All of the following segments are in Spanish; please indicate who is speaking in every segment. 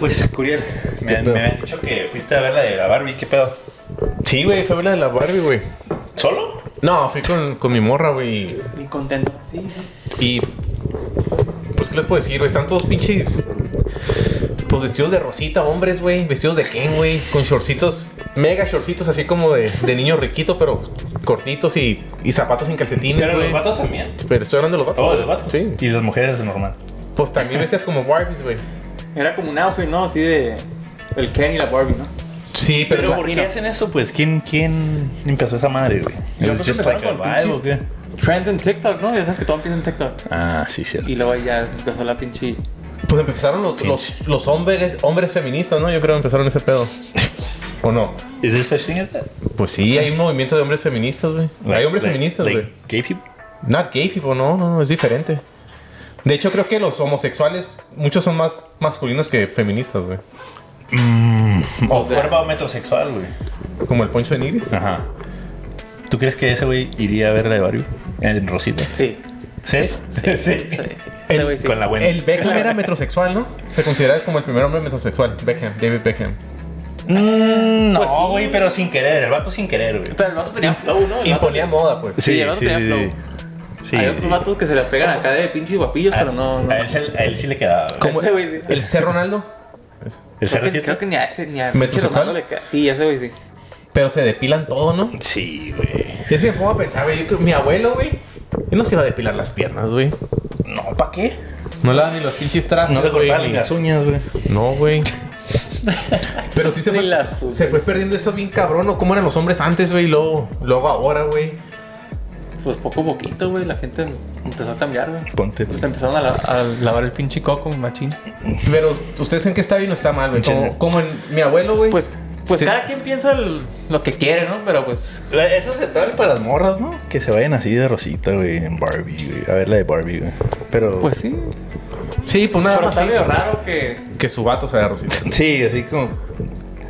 Speaker 1: pues, Curiel, me,
Speaker 2: pedo?
Speaker 1: me habían dicho que fuiste a ver la de la Barbie, ¿qué pedo?
Speaker 2: Sí, güey, fue a ver la de la Barbie, güey.
Speaker 1: ¿Solo?
Speaker 2: No, fui con, con mi morra, güey.
Speaker 3: Bien contento. Sí,
Speaker 2: Y.
Speaker 3: sí.
Speaker 2: Pues, ¿qué les puedo decir, güey? Están todos pinches. Pues vestidos de rosita, hombres, güey. Vestidos de Ken, güey. Con shortcitos, mega shortcitos, así como de, de niño riquito, pero cortitos y, y zapatos sin calcetines,
Speaker 1: Pero los
Speaker 2: güey.
Speaker 1: vatos también.
Speaker 2: Pero estoy hablando de los vatos.
Speaker 1: Oh,
Speaker 2: güey.
Speaker 1: los vatos.
Speaker 2: Sí.
Speaker 1: Y las mujeres normal.
Speaker 2: Pues también vestidas como Barbies, güey.
Speaker 3: Era como un outfit, ¿no? Así de. El Ken y la Barbie, ¿no?
Speaker 2: Sí, pero.
Speaker 1: Pero,
Speaker 2: la-
Speaker 1: ¿por qué hacen eso? Pues, ¿quién, quién empezó esa madre, güey?
Speaker 3: Yo
Speaker 1: ¿Es
Speaker 3: creo que
Speaker 1: just like a
Speaker 3: empezaron con
Speaker 1: vibe o qué?
Speaker 3: Trends en TikTok, ¿no? Ya sabes que todo empieza en TikTok.
Speaker 1: Ah, sí, cierto.
Speaker 3: Y luego ahí ya empezó la pinche.
Speaker 2: Pues empezaron los, los, los hombres, hombres feministas, ¿no? Yo creo que empezaron ese pedo. ¿O no?
Speaker 1: ¿Is there such thing as that?
Speaker 2: Pues sí, hay un movimiento de hombres feministas, güey. hay hombres
Speaker 1: Like-
Speaker 2: feministas,
Speaker 1: like
Speaker 2: güey.
Speaker 1: gay people?
Speaker 2: Not gay people, no, no, no, es diferente. De hecho, creo que los homosexuales, muchos son más masculinos que feministas, güey.
Speaker 1: O
Speaker 3: sea-
Speaker 1: cuerpo metrosexual, güey.
Speaker 2: Como el Poncho de Nigris.
Speaker 1: Ajá. ¿Tú crees que ese güey iría a ver la de Barbie? En Rosita.
Speaker 3: Sí.
Speaker 1: ¿Sí? Sí.
Speaker 3: Ese güey sí.
Speaker 1: Con la buena.
Speaker 2: El Beckham era metrosexual, ¿no? Se considera como el primer hombre metrosexual. Beckham, David Beckham.
Speaker 1: Mm,
Speaker 3: Pues
Speaker 1: no,
Speaker 3: sí.
Speaker 1: güey, pero sin querer. El vato sin querer, güey.
Speaker 3: Pero el vato tenía flow, ¿no? El vato-
Speaker 2: Imponía moda, pues.
Speaker 3: Sí, el vato tenía flow.
Speaker 1: Sí,
Speaker 3: Hay
Speaker 1: sí.
Speaker 3: otros vatos que se le pegan acá de pinches guapillos,
Speaker 1: A-
Speaker 3: pero no. no.
Speaker 1: A él, se- a él sí le quedaba, güey.
Speaker 3: ¿Cómo? Ese güey sí.
Speaker 2: El C. Ronaldo,
Speaker 1: ¿El
Speaker 3: Creo que,
Speaker 1: CR7?
Speaker 3: creo que ni a ese, ni a
Speaker 2: ¿Metrosexual?
Speaker 3: pinche Ronaldo le ca- Sí, ese güey sí.
Speaker 2: pero se depilan todo, ¿no?
Speaker 1: Sí, güey.
Speaker 2: Es que me pongo a pensar, güey, yo creo- mi abuelo, güey, él no se iba a depilar las piernas, güey.
Speaker 1: No, ¿para qué?
Speaker 2: No le daban ni los pinches trazos,
Speaker 1: No se
Speaker 2: güey,
Speaker 1: cortaban
Speaker 2: ni-
Speaker 1: ni las uñas, güey.
Speaker 2: No, güey. Pero sí se
Speaker 3: Ni
Speaker 2: fue,
Speaker 3: las uñas.
Speaker 2: se fue perdiendo eso bien cabrón, ¿no? ¿Cómo eran los hombres antes, güey? Y luego, luego ahora, güey.
Speaker 3: Pues poco a poquito, güey, la gente empezó a cambiar, güey.
Speaker 1: Ponte.
Speaker 3: Les empezaron a, la- a lavar el pinche coco, mi machín.
Speaker 2: Pero, ¿ustedes en qué está bien o está mal, güey? Como,
Speaker 1: Chale.
Speaker 2: como en mi abuelo, güey.
Speaker 3: Pues, pues
Speaker 2: Sí.
Speaker 3: cada quien piensa el- lo que quiere, ¿no? Pero pues.
Speaker 1: Es aceptable para las morras, ¿no? Que se vayan así de rosita, güey, en Barbie, güey. A ver la de Barbie, güey. Pero.
Speaker 3: Pues sí.
Speaker 2: Sí, pues nada
Speaker 3: Pero
Speaker 2: más.
Speaker 3: está
Speaker 2: sí.
Speaker 3: medio raro que.
Speaker 2: Que su vato se vea rosita.
Speaker 1: Sí, así como.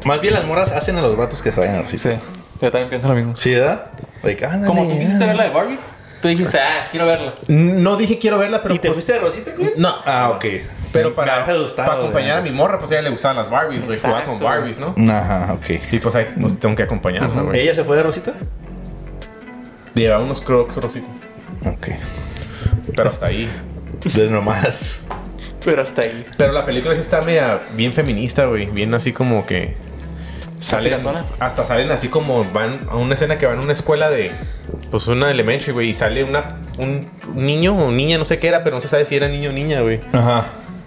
Speaker 1: Más bien las morras hacen a los vatos que se vayan a rosita.
Speaker 3: Sí. Yo también pienso lo mismo.
Speaker 1: Sí, ¿verdad? Like, ándale,
Speaker 3: Como tú quisiste
Speaker 1: ándale.
Speaker 3: ver la de Barbie, tú dijiste, ah, quiero verla.
Speaker 2: No dije quiero verla, pero.
Speaker 1: ¿Y te
Speaker 2: pues-
Speaker 1: fuiste de rosita, güey?
Speaker 2: No.
Speaker 1: Ah, ok.
Speaker 2: Pero para,
Speaker 1: Me has asustado,
Speaker 2: para acompañar a mi
Speaker 1: güey.
Speaker 2: morra, pues a ella le gustaban las Barbies, güey. Jugaba con
Speaker 3: Exacto, güey.
Speaker 2: Barbies, ¿no?
Speaker 1: Ajá, ok.
Speaker 2: Sí, pues ahí pues, tengo que acompañarla, güey.
Speaker 1: ¿Ella se fue de rosita?
Speaker 2: Lleva unos crocs rositos.
Speaker 1: Ok.
Speaker 2: Pero hasta ahí.
Speaker 1: De nomás.
Speaker 3: Pero hasta ahí.
Speaker 2: Pero la película sí está media bien feminista, güey. Bien así como que. Salen,
Speaker 3: piratona?
Speaker 2: hasta salen así como van a una escena que van a una escuela de. Pues una elementary, güey. Y sale una, un niño o niña, no sé qué era, pero no se sabe si era niño o niña, güey.
Speaker 1: Ajá.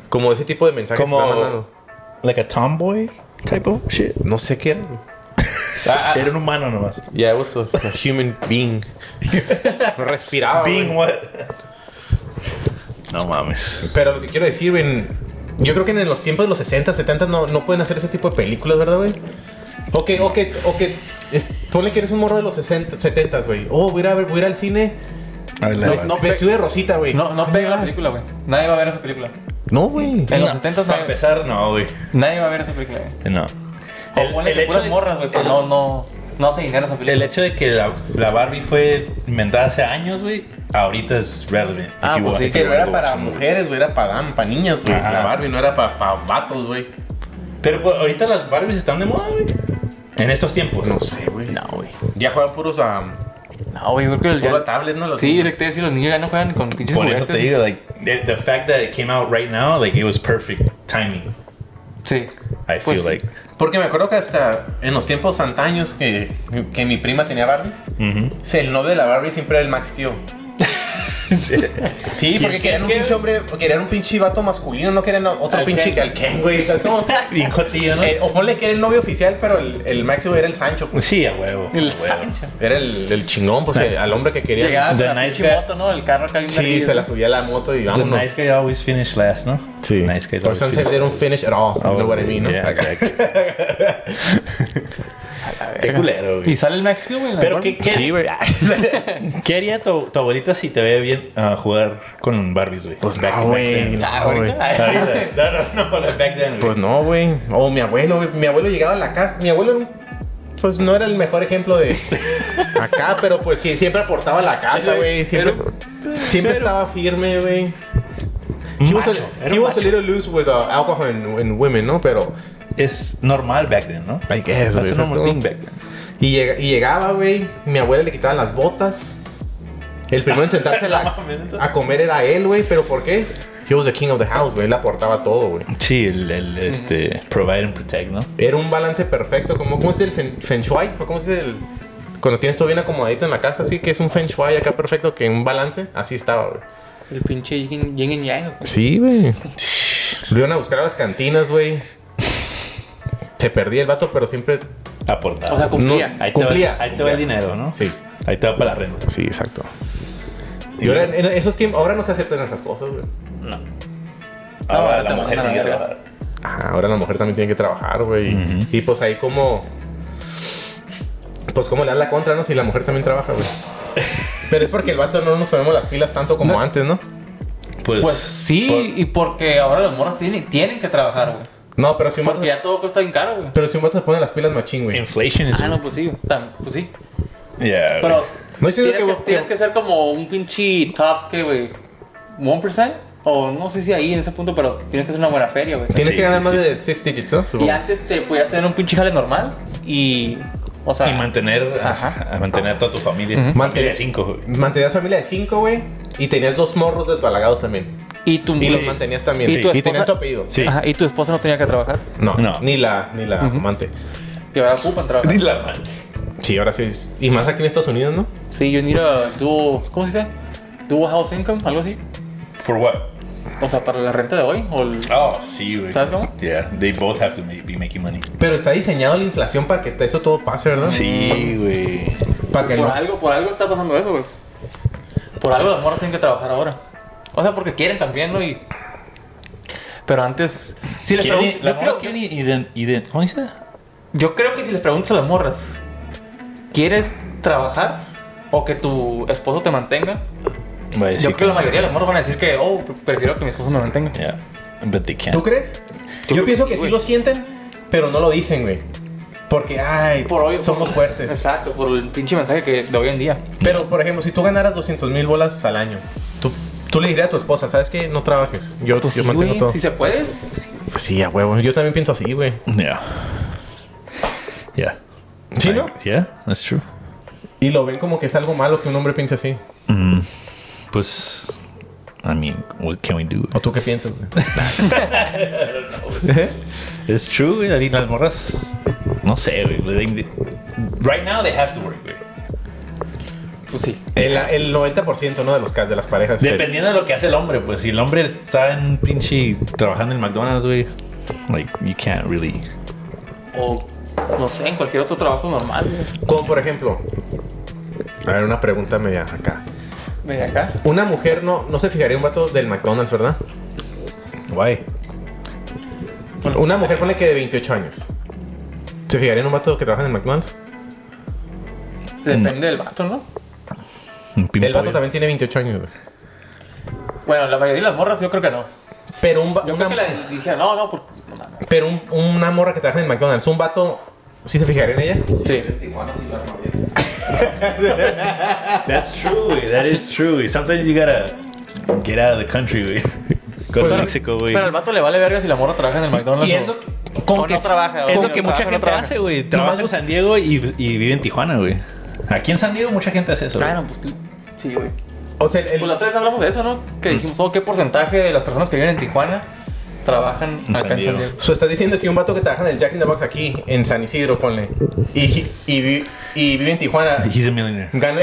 Speaker 2: Como ese tipo de mensajes
Speaker 1: Como-
Speaker 2: que está mandando.
Speaker 1: Like a tomboy type of shit.
Speaker 2: No sé qué era, güey.
Speaker 1: Era un humano nomás.
Speaker 2: Yeah, it was a, a human being. No
Speaker 3: Ah,
Speaker 2: respiraba.
Speaker 1: Being
Speaker 2: güey.
Speaker 1: what? No mames.
Speaker 2: Pero lo que quiero decir, güey. en- Yo creo que en los tiempos de los 60, 70 no, no pueden hacer ese tipo de películas, ¿verdad, güey? O que, o que, o que. es- Ponle que eres un morro de los 60, 70, güey. Oh, voy a ir, a ver, voy a ir al cine
Speaker 1: A ver, la
Speaker 3: No,
Speaker 1: de-
Speaker 3: no.
Speaker 2: vestido de rosita, güey.
Speaker 3: No, no pega la
Speaker 2: vas?
Speaker 3: película, güey. Nadie va a ver esa película.
Speaker 2: No, güey.
Speaker 3: En los
Speaker 1: No,
Speaker 3: 70
Speaker 1: Para
Speaker 3: nadie,
Speaker 1: empezar, no, güey.
Speaker 3: nadie va a ver esa película, güey.
Speaker 1: No.
Speaker 3: O ponle que puras morras, güey, pero no, no, no se dinero esa película.
Speaker 1: el hecho de que la, la Barbie fue inventada hace años, güey, ahorita es relevant.
Speaker 3: Ah,
Speaker 1: If you
Speaker 3: pues
Speaker 1: want-
Speaker 3: sí.
Speaker 1: if you
Speaker 2: Pero
Speaker 1: wanna
Speaker 2: era
Speaker 1: go
Speaker 2: para
Speaker 1: somewhere.
Speaker 2: mujeres, güey. Era para, dam- para niñas, güey.
Speaker 1: Ajá.
Speaker 2: La Barbie no era para, para vatos, güey.
Speaker 1: Pero pues, ahorita las Barbies están de moda, güey. En estos tiempos.
Speaker 2: No sé, güey.
Speaker 3: No, güey.
Speaker 2: Ya juegan puros a.
Speaker 3: No, güey, yo creo que el
Speaker 2: Puro tablet, ¿no? Los
Speaker 3: Sí,
Speaker 2: niños.
Speaker 3: yo te decir, los niños ya no juegan con pinches
Speaker 1: Por eso te
Speaker 3: juguetes.
Speaker 1: digo, like, the, the fact that it came out right now, like, it was perfect timing.
Speaker 3: Sí.
Speaker 1: I
Speaker 3: Pues
Speaker 1: feel
Speaker 3: sí.
Speaker 1: like.
Speaker 2: Porque me acuerdo que hasta en los tiempos antaños que, que mi prima tenía Barbies,
Speaker 1: Ujú.
Speaker 2: sí, el novio de la Barbie siempre era el Max Tío. Sí, porque
Speaker 1: el
Speaker 2: querían un
Speaker 1: Ken,
Speaker 2: pinche hombre, querían un pinche vato masculino, no querían otro
Speaker 3: Al
Speaker 2: pinche
Speaker 3: Ken.
Speaker 2: que al Ken, güey. ¿Sabes cómo?
Speaker 1: Bien jotillo, ¿no?
Speaker 2: Eh, o ponle que era el novio oficial, pero el, el Max Tío era el Sancho. pues.
Speaker 1: sí, a huevo. a
Speaker 3: El
Speaker 1: huevo.
Speaker 3: Sancho.
Speaker 2: Era el, el chingón, pues el- al hombre que quería.
Speaker 3: Llegaba
Speaker 1: The
Speaker 3: con la
Speaker 1: nice
Speaker 3: pinche
Speaker 1: guy.
Speaker 3: moto, ¿no? El carro acá bien
Speaker 2: Sí,
Speaker 3: perdido.
Speaker 2: se la subía a la moto y
Speaker 1: The
Speaker 2: vámonos.
Speaker 1: Ah, nice guy always finish last, ¿no?
Speaker 2: Sí.
Speaker 1: Nice guys
Speaker 2: Or
Speaker 1: always
Speaker 2: sometimes
Speaker 1: finish
Speaker 2: they don't finish at all. you know what I mean, ¿no?
Speaker 1: Oh, Yeah,
Speaker 2: Acá.
Speaker 1: exacto. Qué culero, güey.
Speaker 3: Y sale el Max Steel, güey. en la
Speaker 1: Pero
Speaker 3: Barbie.
Speaker 1: ¿qué, qué,
Speaker 2: Sí, güey.
Speaker 1: ¿qué haría tu, tu abuelita si te ve bien a jugar con Barbies, güey?
Speaker 2: Pues
Speaker 1: Back- back
Speaker 2: no, güey.
Speaker 1: then.
Speaker 2: no,
Speaker 3: Ah, ahorita.
Speaker 2: güey.
Speaker 1: Ahorita. No, no, no, like back then, güey.
Speaker 2: Pues no, güey. O mi abuelo, güey. Mi abuelo llegaba a la casa. Mi abuelo, pues no era el mejor ejemplo de acá, pero pues sí, siempre aportaba a la casa,
Speaker 3: Pero-
Speaker 2: güey. Siempre, siempre estaba firme, güey. He was, a,
Speaker 4: Macho, era
Speaker 2: he
Speaker 4: un
Speaker 2: was a
Speaker 4: macho.
Speaker 2: little loose with uh, alcohol and, and women, ¿no? Pero
Speaker 1: Es normal back then, ¿no?
Speaker 2: I guess, güey,
Speaker 1: Es
Speaker 2: ¿sabes
Speaker 1: normal
Speaker 2: cómo?
Speaker 1: thing back then.
Speaker 2: Y, llega- y llegaba, güey. Mi abuela le quitaban las botas. El primero en sentarse a la- a comer era él, güey. ¿Pero por qué? He was the king of the house, güey. Él aportaba todo, güey.
Speaker 1: Sí, el, el, este, provide and protect, ¿no?
Speaker 2: Era un balance perfecto. ¿Cómo, cómo es el fen, feng shui? ¿O ¿Cómo es el...? Cuando tienes todo bien acomodadito en la casa, así que es un feng shui acá perfecto, que un balance. Así estaba, güey.
Speaker 3: El pinche Yin Yin and Yang. güey.
Speaker 2: Sí, güey. Lo iban a buscar a las cantinas, güey. Se perdía el vato, pero siempre...
Speaker 1: Aportar.
Speaker 3: O sea, cumplía.
Speaker 2: No.
Speaker 1: ahí, te va,
Speaker 2: cumplía,
Speaker 1: ahí te va el dinero, ¿no?
Speaker 2: Sí.
Speaker 1: Ahí te va para la renta.
Speaker 2: Sí, exacto. Y ahora, en esos tiempos, ahora no se aceptan esas cosas, güey.
Speaker 1: No.
Speaker 3: ahora
Speaker 1: Ahora
Speaker 3: te
Speaker 1: la mujer
Speaker 3: mandan a
Speaker 1: tiene
Speaker 3: la
Speaker 1: que
Speaker 3: verga.
Speaker 1: trabajar.
Speaker 2: Ajá, Ah, ahora la mujer también tiene que trabajar, güey. Y pues ahí como... Pues como le dan la contra, ¿no? Si la mujer también trabaja, güey. Pero es porque el vato no nos ponemos las pilas tanto como antes, ¿no?
Speaker 1: Pues,
Speaker 3: Pues sí,
Speaker 1: por-
Speaker 3: y porque ahora los morros tienen, tienen que trabajar, güey.
Speaker 2: No, pero si un vato,
Speaker 3: Porque ya todo cuesta bien caro, güey.
Speaker 2: pero si un vato se pone las pilas machín, güey.
Speaker 1: inflation is.
Speaker 3: Ah, no, pues sí, güey. Tam- pues sí.
Speaker 1: Yeah,
Speaker 3: Pero
Speaker 2: No estoy
Speaker 3: tienes,
Speaker 2: diciendo
Speaker 3: que,
Speaker 2: que-
Speaker 3: tienes
Speaker 2: que-
Speaker 3: que ser como un pinche top que, güey, 1%. O no sé si ahí en ese punto, pero tienes que ser una buena feria, güey.
Speaker 2: Tienes
Speaker 1: Sí,
Speaker 2: que ganar
Speaker 1: sí,
Speaker 2: más
Speaker 1: sí.
Speaker 2: de six digits, ¿no?
Speaker 3: Y
Speaker 2: Supongo.
Speaker 3: antes te podías tener un pinche jale normal y. O sea.
Speaker 1: Y mantener, ajá, a mantener toda tu familia. Mantener cinco. güey.
Speaker 2: Mantenías familia de cinco, güey. Y tenías dos morros desbalagados también.
Speaker 3: y tu,
Speaker 2: Y los
Speaker 3: sí.
Speaker 2: mantenías también.
Speaker 3: Y tu
Speaker 2: Y
Speaker 3: esposa-
Speaker 2: tenías tu apellido.
Speaker 1: Sí.
Speaker 3: Ajá, y tu esposa no tenía que trabajar.
Speaker 2: No,
Speaker 1: No.
Speaker 2: Ni la, ni la amante.
Speaker 3: Que ahora ocupan trabajar.
Speaker 1: Ni la madre.
Speaker 2: Sí, ahora sí. es- Y más aquí en Estados Unidos, ¿no?
Speaker 3: Sí, yo need a dual. ¿Cómo se dice? Dual house income, algo así.
Speaker 1: For what?
Speaker 3: O sea, para la renta de hoy. O el-
Speaker 1: Oh, sí, güey.
Speaker 3: ¿Sabes cómo?
Speaker 1: Yeah, they both have to ma- be making money.
Speaker 2: Pero está diseñado la inflación para que eso todo pase, ¿verdad?
Speaker 1: Sí, güey.
Speaker 2: Para que
Speaker 3: por
Speaker 2: no-
Speaker 3: algo, por algo está pasando eso, güey. Por algo las morras tienen que trabajar ahora. O sea, porque quieren también, ¿no? Y... Pero antes. Si les
Speaker 1: Quieren-
Speaker 3: pregunto,
Speaker 1: las
Speaker 3: yo, creo,
Speaker 1: morras quieren ident- ident- ¿Cómo dice?
Speaker 3: yo creo que si les preguntas a las morras, ¿quieres trabajar o que tu esposo te mantenga?
Speaker 1: Va a
Speaker 3: yo
Speaker 1: decir
Speaker 3: creo que la mayoría de las morras van a decir que, oh, pre- prefiero que mi esposo me mantenga.
Speaker 1: Yeah, but they can't.
Speaker 2: ¿Tú crees?
Speaker 3: Yo
Speaker 2: Yo,
Speaker 3: creo
Speaker 2: pienso
Speaker 3: que
Speaker 2: que,
Speaker 3: sí,
Speaker 2: sí,
Speaker 3: güey.
Speaker 2: lo sienten, pero no lo dicen, güey. Porque, ay,
Speaker 3: Por hoy,
Speaker 2: somos
Speaker 3: por-
Speaker 2: fuertes.
Speaker 3: Exacto, por el pinche mensaje que de hoy en día.
Speaker 2: Pero, por ejemplo, si tú ganaras 200 mil bolas al año, tú, tú le dirías a tu esposa, ¿sabes qué? No trabajes. Yo,
Speaker 3: Pues
Speaker 2: yo
Speaker 3: sí,
Speaker 2: mantengo
Speaker 3: güey,
Speaker 2: todo.
Speaker 3: Si se puede, pues sí.
Speaker 2: Pues sí, a huevo. Yo también pienso así, güey.
Speaker 1: Yeah. Yeah.
Speaker 2: ¿Sí,
Speaker 1: I-
Speaker 2: no?
Speaker 1: Yeah, that's true.
Speaker 2: Y lo ven como que es algo malo que un hombre piense así.
Speaker 1: Pues, I mean, what can we do?
Speaker 2: ¿O tú qué piensas? güey?
Speaker 1: It's true, güey. I mean, las morras, no sé, güey. They- they- Right now they have to work, güey.
Speaker 3: Pues sí.
Speaker 2: El, el 90% ¿no? de los cas de las parejas.
Speaker 1: Dependiendo de lo que hace el hombre, pues si el hombre está en pinche trabajando en McDonald's, güey. Like, you can't really.
Speaker 3: O no sé, en cualquier otro trabajo normal, güey.
Speaker 2: Como por ejemplo, a ver, una pregunta media acá.
Speaker 3: Mira acá.
Speaker 2: Una mujer no, no se fijaría en un vato del McDonald's, ¿verdad? Guay. Una mujer pone que de 28 años. ¿Se fijaría en un vato que trabaja en el McDonald's?
Speaker 3: Depende del vato, ¿no?
Speaker 1: un
Speaker 2: El vato
Speaker 1: pimpollo.
Speaker 2: también tiene 28 años, güey.
Speaker 3: Bueno, la mayoría de las morras yo creo que no.
Speaker 2: Pero, un, va-
Speaker 3: Yo
Speaker 2: una,
Speaker 3: creo que la dijeron, no, no, porque. No mames.
Speaker 2: pero un- una morra que trabaja en el McDonald's, un vato, ¿sí se fijaría en ella?
Speaker 3: Sí.
Speaker 1: That's true, güey. That is true, güey. Sometimes you gotta get out of the country, güey. Go to
Speaker 2: Pero-
Speaker 1: Mexico, güey.
Speaker 3: Pero al vato le vale verga si la morra trabaja en el McDonald's.
Speaker 2: Y es
Speaker 3: o-
Speaker 2: lo que, con
Speaker 3: o
Speaker 2: que
Speaker 3: no trabaja. o
Speaker 1: Es lo
Speaker 3: no
Speaker 1: que
Speaker 3: trabaja,
Speaker 1: mucha
Speaker 3: no
Speaker 1: gente
Speaker 3: trabaja.
Speaker 1: hace, güey. Trabaja en
Speaker 2: gusta-
Speaker 1: San Diego y, y vive en Tijuana, güey. Aquí en San Diego mucha gente hace eso. güey.
Speaker 3: Claro, pues sí, güey.
Speaker 2: o sea, el- el-
Speaker 3: Pues la otra vez hablamos de eso, ¿no? Que dijimos, oh, ¿qué porcentaje de las personas que viven en Tijuana trabajan
Speaker 1: En San
Speaker 3: acá en San
Speaker 1: Diego.
Speaker 3: Diego?
Speaker 2: So, estás diciendo que un vato que trabaja en el Jack in the Box aquí, en San Isidro, ponle, y, y, vi- y vive en Tijuana,
Speaker 1: He's a millionaire.
Speaker 2: gana,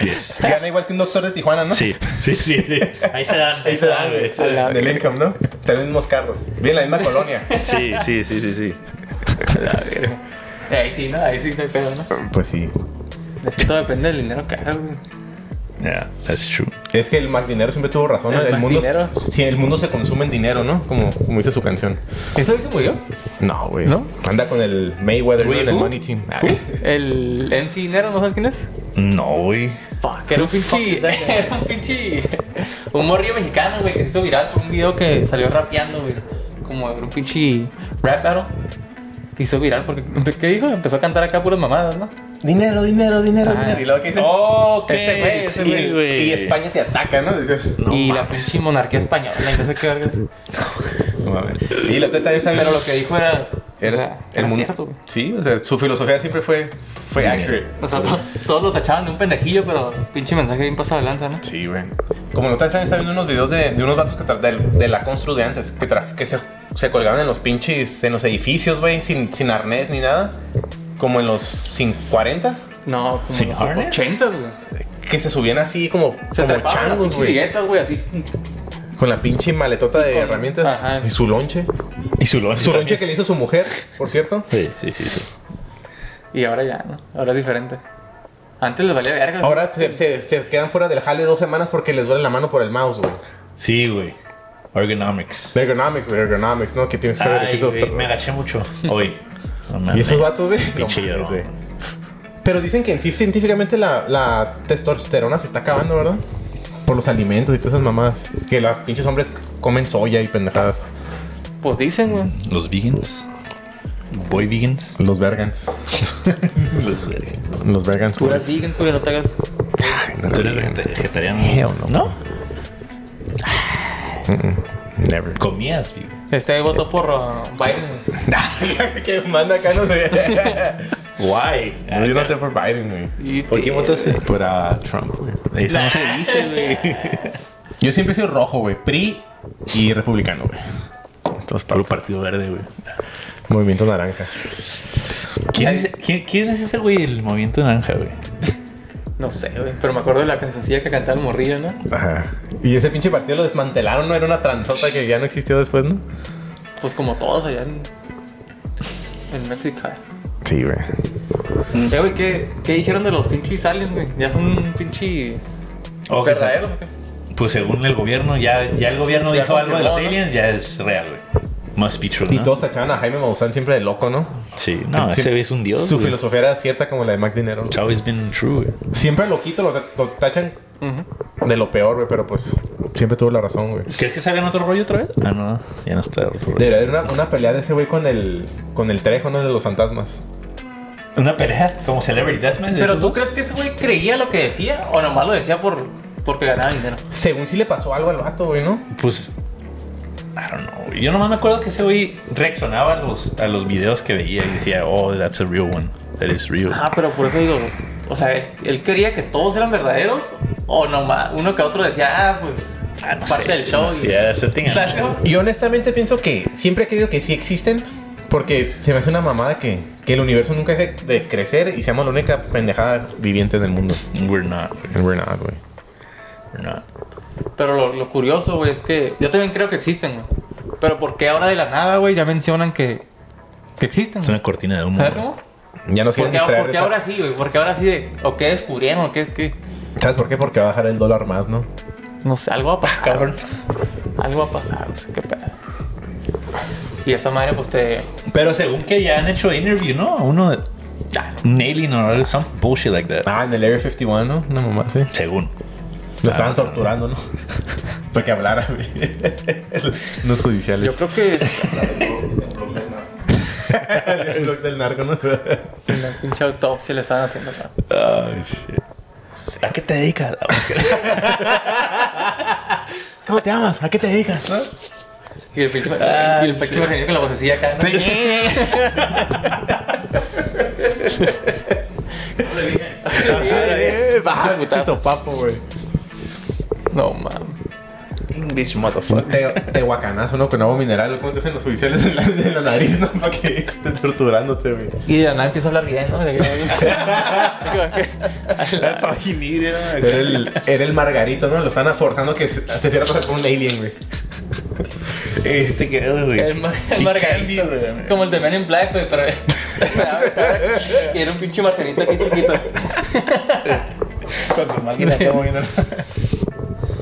Speaker 1: Yes.
Speaker 2: gana igual que un doctor de Tijuana, ¿no?
Speaker 1: Sí, sí, sí, sí. Ahí se dan,
Speaker 2: Ahí se dan, güey.
Speaker 3: A la-
Speaker 2: Del income, ¿no? Tienen mismos carros. Bien, la misma colonia.
Speaker 1: Sí, sí, sí, sí, sí.
Speaker 3: La verga. Eh, Ahí sí, ¿no? Ahí sí no hay pedo, ¿no?
Speaker 2: Pues sí.
Speaker 3: Es que todo depende del dinero que hagas, güey.
Speaker 1: Yeah, that's true.
Speaker 2: Es que el Mac Dinero siempre tuvo razón.
Speaker 3: El
Speaker 2: El, mundo,
Speaker 3: McDinero.
Speaker 2: sí, el mundo se consume en dinero, ¿no? Como, como dice su canción.
Speaker 3: ¿Eso hoy se murió?
Speaker 2: No, güey.
Speaker 3: ¿No?
Speaker 2: Anda con el Mayweather, ¿no?
Speaker 1: Güey,
Speaker 2: En el
Speaker 1: ¿who?
Speaker 2: Money Team. Ah,
Speaker 3: El MC Dinero, ¿no sabes quién es?
Speaker 1: No, güey.
Speaker 3: Que era un pinche. Era un pinche. Un morrillo mexicano, güey, que se hizo viral por un video que salió rapeando, güey. Como era un pinche rap battle. Hizo viral porque. ¿Qué dijo? Empezó a cantar acá puras mamadas, ¿no?
Speaker 2: Dinero, dinero, dinero,
Speaker 1: Ah,
Speaker 3: Ajá.
Speaker 2: dinero. Y luego que dicen.
Speaker 3: Oh, ok.
Speaker 2: Este güey, este
Speaker 3: sí,
Speaker 2: güey.
Speaker 1: güey.
Speaker 2: Y España te ataca, ¿no? Dices, no,
Speaker 3: y
Speaker 2: ma-
Speaker 3: la pinche monarquía española, y no sé qué vergas.
Speaker 2: no mames. Y la teta está
Speaker 3: Pero lo que dijo era.
Speaker 2: Era
Speaker 3: o sea,
Speaker 2: el
Speaker 3: era
Speaker 2: mundo.
Speaker 3: cierto, güey.
Speaker 2: Sí, o sea, su filosofía siempre fue, fue accurate.
Speaker 3: O sea, to- todos lo tachaban de un pendejillo, pero pinche mensaje bien pasado de lanza, ¿no?
Speaker 2: Sí, güey. Como notas, también estaba viendo unos videos de, de unos vatos que tra- del- de, la constru de antes, que, tra- que se, se colgaban en los pinches, en los edificios, güey, sin, sin arnés ni nada. Como en los 40
Speaker 3: No, como
Speaker 1: ¿Sin
Speaker 3: los
Speaker 1: harness?
Speaker 3: 80, güey.
Speaker 2: que se subían así como,
Speaker 3: Se
Speaker 2: como
Speaker 3: trepaban las
Speaker 2: changos,
Speaker 3: pinches
Speaker 2: güey.
Speaker 3: liguetas, güey, así.
Speaker 2: Con la pinche maletota de
Speaker 3: con-
Speaker 2: herramientas
Speaker 3: ajá.
Speaker 2: y su lonche.
Speaker 1: Y su lonche.
Speaker 2: Su lonche
Speaker 1: también.
Speaker 2: que le hizo su mujer, por cierto.
Speaker 1: Sí, sí, sí. sí.
Speaker 3: Y ahora ya, ¿no? Ahora es diferente. Antes les valía verga.
Speaker 2: Ahora se, se- se quedan fuera del jale dos semanas porque les duele la mano por el mouse, güey.
Speaker 1: Sí, güey. Ergonomics.
Speaker 2: De ergonomics, güey, ergonomics, ¿no? Que tienes que estar
Speaker 1: Ay,
Speaker 2: derechito.
Speaker 1: güey, me agaché mucho hoy. No
Speaker 2: Y esos
Speaker 1: mames.
Speaker 2: vatos, güey.
Speaker 1: Pinche
Speaker 2: no mames,
Speaker 1: llorón.
Speaker 2: güey. Pero dicen que en sí científicamente la, la testosterona se está acabando, ¿verdad? Por los alimentos y todas esas mamadas. Es que los pinches hombres comen soya y pendejadas.
Speaker 3: Pues dicen, güey.
Speaker 1: Los vegans. Boy vegans.
Speaker 2: Los vergans.
Speaker 1: Los vegans.
Speaker 2: Los vergans.
Speaker 3: Pura
Speaker 2: puras.
Speaker 3: vegan, güey, no te hagas.
Speaker 1: ¿Tú eres vegeta- vegetariano?
Speaker 2: Hell
Speaker 1: no.
Speaker 2: Never.
Speaker 1: Comías, güey.
Speaker 3: Este votó por uh, Biden.
Speaker 2: que manda acá no sé.
Speaker 1: Guay.
Speaker 2: no, yo no te por Biden, güey.
Speaker 3: Y-
Speaker 1: ¿Por qué votaste?
Speaker 2: Por a Trump, güey.
Speaker 1: Eso no se dice, güey.
Speaker 2: Yo siempre soy rojo, güey. PRI y republicano, güey.
Speaker 1: Entonces, para el Partido Verde, güey.
Speaker 2: Movimiento naranja.
Speaker 1: ¿Quién, es- quién- quién es ese güey del Movimiento Naranja, güey?
Speaker 3: No sé, güey. Pero me acuerdo de la cancioncilla que cantaba el morrillo, ¿no?
Speaker 2: Ajá. Y ese pinche partido lo desmantelaron, ¿no? Era una transota que ya no existió después, ¿no?
Speaker 3: Pues como todos allá en. En México.
Speaker 2: Sí, güey.
Speaker 3: Eh, güey, ¿qué, ¿qué dijeron de los pinches aliens, güey? Ya son un pinche.
Speaker 1: O Oh, que se-
Speaker 3: ¿Verdaderos o qué?
Speaker 1: Pues según el gobierno, ya, ya el gobierno
Speaker 3: Ya
Speaker 1: dijo algo de los
Speaker 3: confirmó, ¿no?
Speaker 1: aliens, ya es real, güey. Must be true,
Speaker 2: Y
Speaker 1: ¿no?
Speaker 2: todos tachaban a Jaime Maussan siempre de loco, ¿no?
Speaker 1: Sí, no, ese güey es un dios.
Speaker 2: Su
Speaker 1: güey.
Speaker 2: filosofía era cierta como la de Mac Dinero.
Speaker 1: It's always been true, güey.
Speaker 2: Siempre al loquito lo, lo tachan de lo peor, güey, pero pues siempre tuvo la razón, güey.
Speaker 1: ¿Crees que salgan otro rollo otra vez? Ah, no, ya no está otro rollo.
Speaker 2: Debería haber una, una pelea de ese güey con el, con el Trejo, ¿no? De los fantasmas.
Speaker 1: Una pelea como Celebrity Deathmatch. de
Speaker 3: Pero
Speaker 1: esos
Speaker 3: tú
Speaker 1: dos.
Speaker 3: crees que ese güey creía lo que decía o nomás lo decía por porque ganaba dinero.
Speaker 2: Según si le pasó algo al vato, güey, ¿no?
Speaker 1: Pues. I don't know. güey. Yo nomás me acuerdo que ese güey reaccionaba a los, a los videos que veía y decía, oh, that's a real one. That is real.
Speaker 3: Ah, pero por eso digo, o sea, él, él creía que todos eran verdaderos o nomás uno que otro decía, ah, pues
Speaker 1: Ah, no
Speaker 3: parte
Speaker 1: sé.
Speaker 3: del show y
Speaker 1: Yeah, that's the thing.
Speaker 3: ¿Sabes cómo?
Speaker 2: Y honestamente pienso que siempre he creído que sí existen, porque se me hace una mamada que, que el universo nunca deje de crecer y seamos la única pendejada viviente del mundo.
Speaker 1: We're not. güey.
Speaker 2: And we're not, güey.
Speaker 1: We're not.
Speaker 3: Pero lo, lo curioso, güey, es que yo también creo que existen, güey. Pero ¿por qué ahora de la nada, güey, ya mencionan que, que existen?
Speaker 1: Es
Speaker 3: güey?
Speaker 1: una cortina de humo.
Speaker 3: ¿Sabes
Speaker 1: güey.
Speaker 3: cómo?
Speaker 2: Ya nos
Speaker 3: ¿Por
Speaker 2: quieren
Speaker 3: qué,
Speaker 2: distraer.
Speaker 3: por
Speaker 2: de
Speaker 3: qué
Speaker 2: ta-
Speaker 3: ahora sí, güey? ¿Por qué ahora sí de, o qué descubrieron o qué, qué?
Speaker 2: ¿Sabes por qué? Porque va a bajar el dólar más, ¿no?
Speaker 3: No sé, algo va a pasar.
Speaker 1: Ah, Cabrón.
Speaker 3: Algo va a pasar, no sé qué pedo. Y esa madre, pues te.
Speaker 1: Pero según que ya han hecho interview, ¿no? Uno de. ah, Un alien or some bullshit like that.
Speaker 2: Ah, en el Area 51, ¿no? Una mamá, sí.
Speaker 1: Según.
Speaker 2: Lo estaban torturando, ¿no? Para que hablara, güey. Unos judiciales.
Speaker 3: Yo creo que.
Speaker 2: el blog del narco, ¿no?
Speaker 3: En la pinche autopsia le estaban haciendo acá.
Speaker 1: Oh, shit. ¿A qué te dedicas? Ah,
Speaker 2: ¿Cómo te llamas? ¿A qué te dedicas? no?
Speaker 3: Y el pinche. y el pinche ingeniero con la vocecilla acá. ¿no?
Speaker 2: Eh,
Speaker 3: Ah,
Speaker 2: baja,
Speaker 3: puta.
Speaker 2: sopapo, güey.
Speaker 3: No mames.
Speaker 1: English motherfucker.
Speaker 2: Te, te guacanazo, ¿no? Con agua mineral. ¿Cómo te hacen los judiciales en la, en la nariz, no? Para que esté torturándote, güey.
Speaker 3: Y de la nada empieza a hablar bien, ¿no? De que-
Speaker 1: That's all he needed.
Speaker 2: Era el, era el margarito, ¿no? Lo están forzando que se, se cierra con un alien, güey.
Speaker 1: Este que güey.
Speaker 3: El, mar- el
Speaker 1: He
Speaker 3: margarito,
Speaker 1: can be, güey.
Speaker 3: como el de Men in Black, pues, pero. se abre, se abre, Y era un pinche marcelito aquí chiquito.
Speaker 1: Con su máquina está moviendo.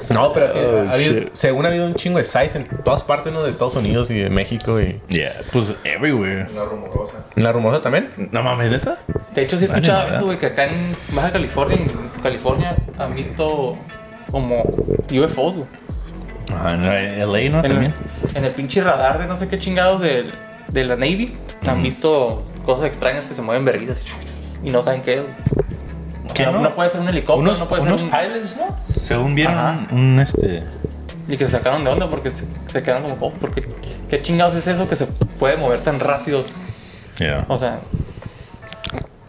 Speaker 2: No, pero sí,
Speaker 1: Oh,
Speaker 2: ha habido-
Speaker 1: shit.
Speaker 2: según ha habido un chingo de sites en todas partes, ¿no? De Estados Unidos y de México y...
Speaker 1: Yeah, pues everywhere.
Speaker 4: Una rumorosa.
Speaker 2: ¿En la rumorosa también?
Speaker 1: No mames, neta.
Speaker 3: De hecho, sí
Speaker 1: Vale,
Speaker 3: escuchaba
Speaker 1: nada.
Speaker 3: eso, güey, que acá en Baja California, en California, han visto como UFOs, güey.
Speaker 1: Ajá, en LA, ¿no?
Speaker 3: En, el-
Speaker 1: También.
Speaker 3: en el pinche radar de no sé qué chingados del- de, la Navy, han visto cosas extrañas que se mueven verguizas. y no saben qué es.
Speaker 1: ¿Qué
Speaker 3: no?
Speaker 1: no?
Speaker 3: no puede ser un helicóptero,
Speaker 1: unos
Speaker 3: no puede
Speaker 1: unos
Speaker 3: ser un...
Speaker 1: pilots, ¿no? Según vieron
Speaker 3: Ajá.
Speaker 1: un, un, este.
Speaker 3: Y que se sacaron de onda porque se, se quedaron como, oh, ¿por qué, ¿qué chingados es eso que se puede mover tan rápido?
Speaker 1: Yeah.
Speaker 3: O sea,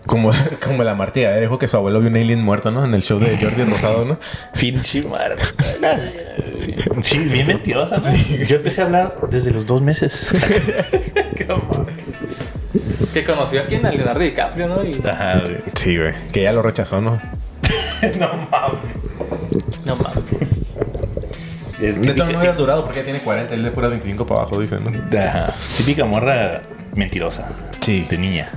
Speaker 2: Como, como la Martía, ¿eh? dijo que su abuelo vio un alien muerto, ¿no? En el show de Jordi Rosado, ¿no?
Speaker 1: Pinche madre. Sí, bien mentirosa. ¿no? Yo empecé a hablar desde los dos meses.
Speaker 3: que conoció aquí en a Leonardo DiCaprio, ¿no? Y
Speaker 1: Ajá, güey.
Speaker 2: Sí, güey. Que ella lo rechazó, ¿no?
Speaker 1: No mames.
Speaker 3: no mames.
Speaker 1: Es
Speaker 2: De
Speaker 1: típica-
Speaker 2: no hubieran durado porque ya tiene 40, él de pura 25 para abajo, dicen, ¿no?
Speaker 1: Ajá. Típica morra mentirosa.
Speaker 2: Sí.
Speaker 1: De niña.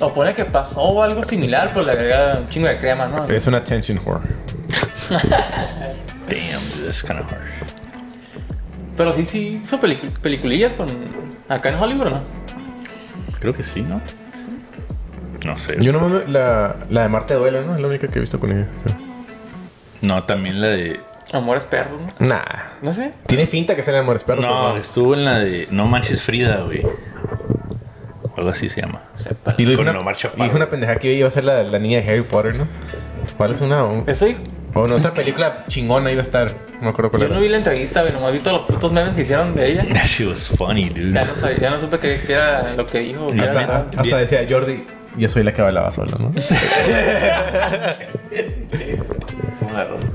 Speaker 3: O pone que pasó algo similar, pero le agregaron un chingo de crema, ¿no?
Speaker 2: Es una attention whore.
Speaker 1: Damn, dude, that's kind of hard.
Speaker 3: Pero sí, sí hizo pelicu- peliculillas con... Acá en Hollywood, ¿no?
Speaker 1: Creo que sí, ¿no? No sé.
Speaker 2: Yo no mames, la, la de Marte duele, ¿no? Es la única que he visto con ella.
Speaker 1: No, también la de.
Speaker 3: Amores perros, ¿no?
Speaker 2: Nah.
Speaker 3: No sé.
Speaker 2: Tiene finta que sea la de Amores Perros.
Speaker 1: No,
Speaker 2: pero
Speaker 1: estuvo en la de No Manches Frida, güey. O algo así se llama.
Speaker 3: Sepa.
Speaker 2: Y dijo
Speaker 1: con
Speaker 2: una,
Speaker 1: Omar Chaparro.
Speaker 2: y dijo una pendeja que iba a ser la, la niña de Harry Potter, ¿no? ¿Cuál es una? O
Speaker 3: Eso dijo.
Speaker 2: bueno, otra película chingona iba a estar. No me acuerdo cuál
Speaker 3: Yo
Speaker 2: era.
Speaker 3: no vi la entrevista, güey. Nomás vi todos los putos memes que hicieron de ella.
Speaker 1: She was funny, dude.
Speaker 3: Ya no, sabía, ya no supe qué, qué era lo que dijo. qué era
Speaker 1: Hasta-
Speaker 3: verdad.
Speaker 2: hasta, hasta decía Jordi, yo soy la que bailaba sola, ¿no?
Speaker 1: Una ronda.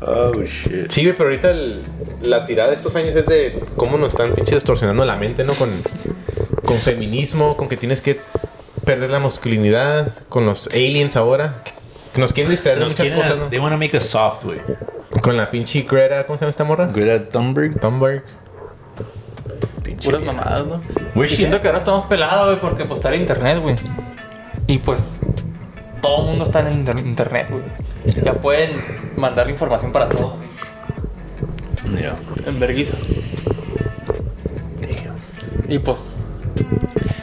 Speaker 1: Oh, shit.
Speaker 2: Sí, güey, pero ahorita el- la tirada de estos años es de cómo nos están pinche distorsionando la mente, ¿no? Con, con feminismo, con que tienes que perder la masculinidad, con los aliens ahora. Que nos quieren distraer de
Speaker 1: Nos
Speaker 2: muchas
Speaker 1: quieren,
Speaker 2: cosas, ¿no?
Speaker 1: They wanna make a soft, güey.
Speaker 2: Con la pinche Greta, ¿cómo se llama esta morra?
Speaker 1: Greta Thunberg.
Speaker 2: Thunberg.
Speaker 1: Pinche
Speaker 3: Puras
Speaker 1: tía.
Speaker 3: mamadas, ¿no?
Speaker 1: Güey,
Speaker 3: Y
Speaker 1: sí.
Speaker 3: siento que ahora estamos pelados, güey, porque pues está el internet, güey. Y pues todo el mundo está en el inter- internet, güey. Ya pueden mandar información para todos.
Speaker 1: Yeah.
Speaker 3: En vergüenza. Y pues.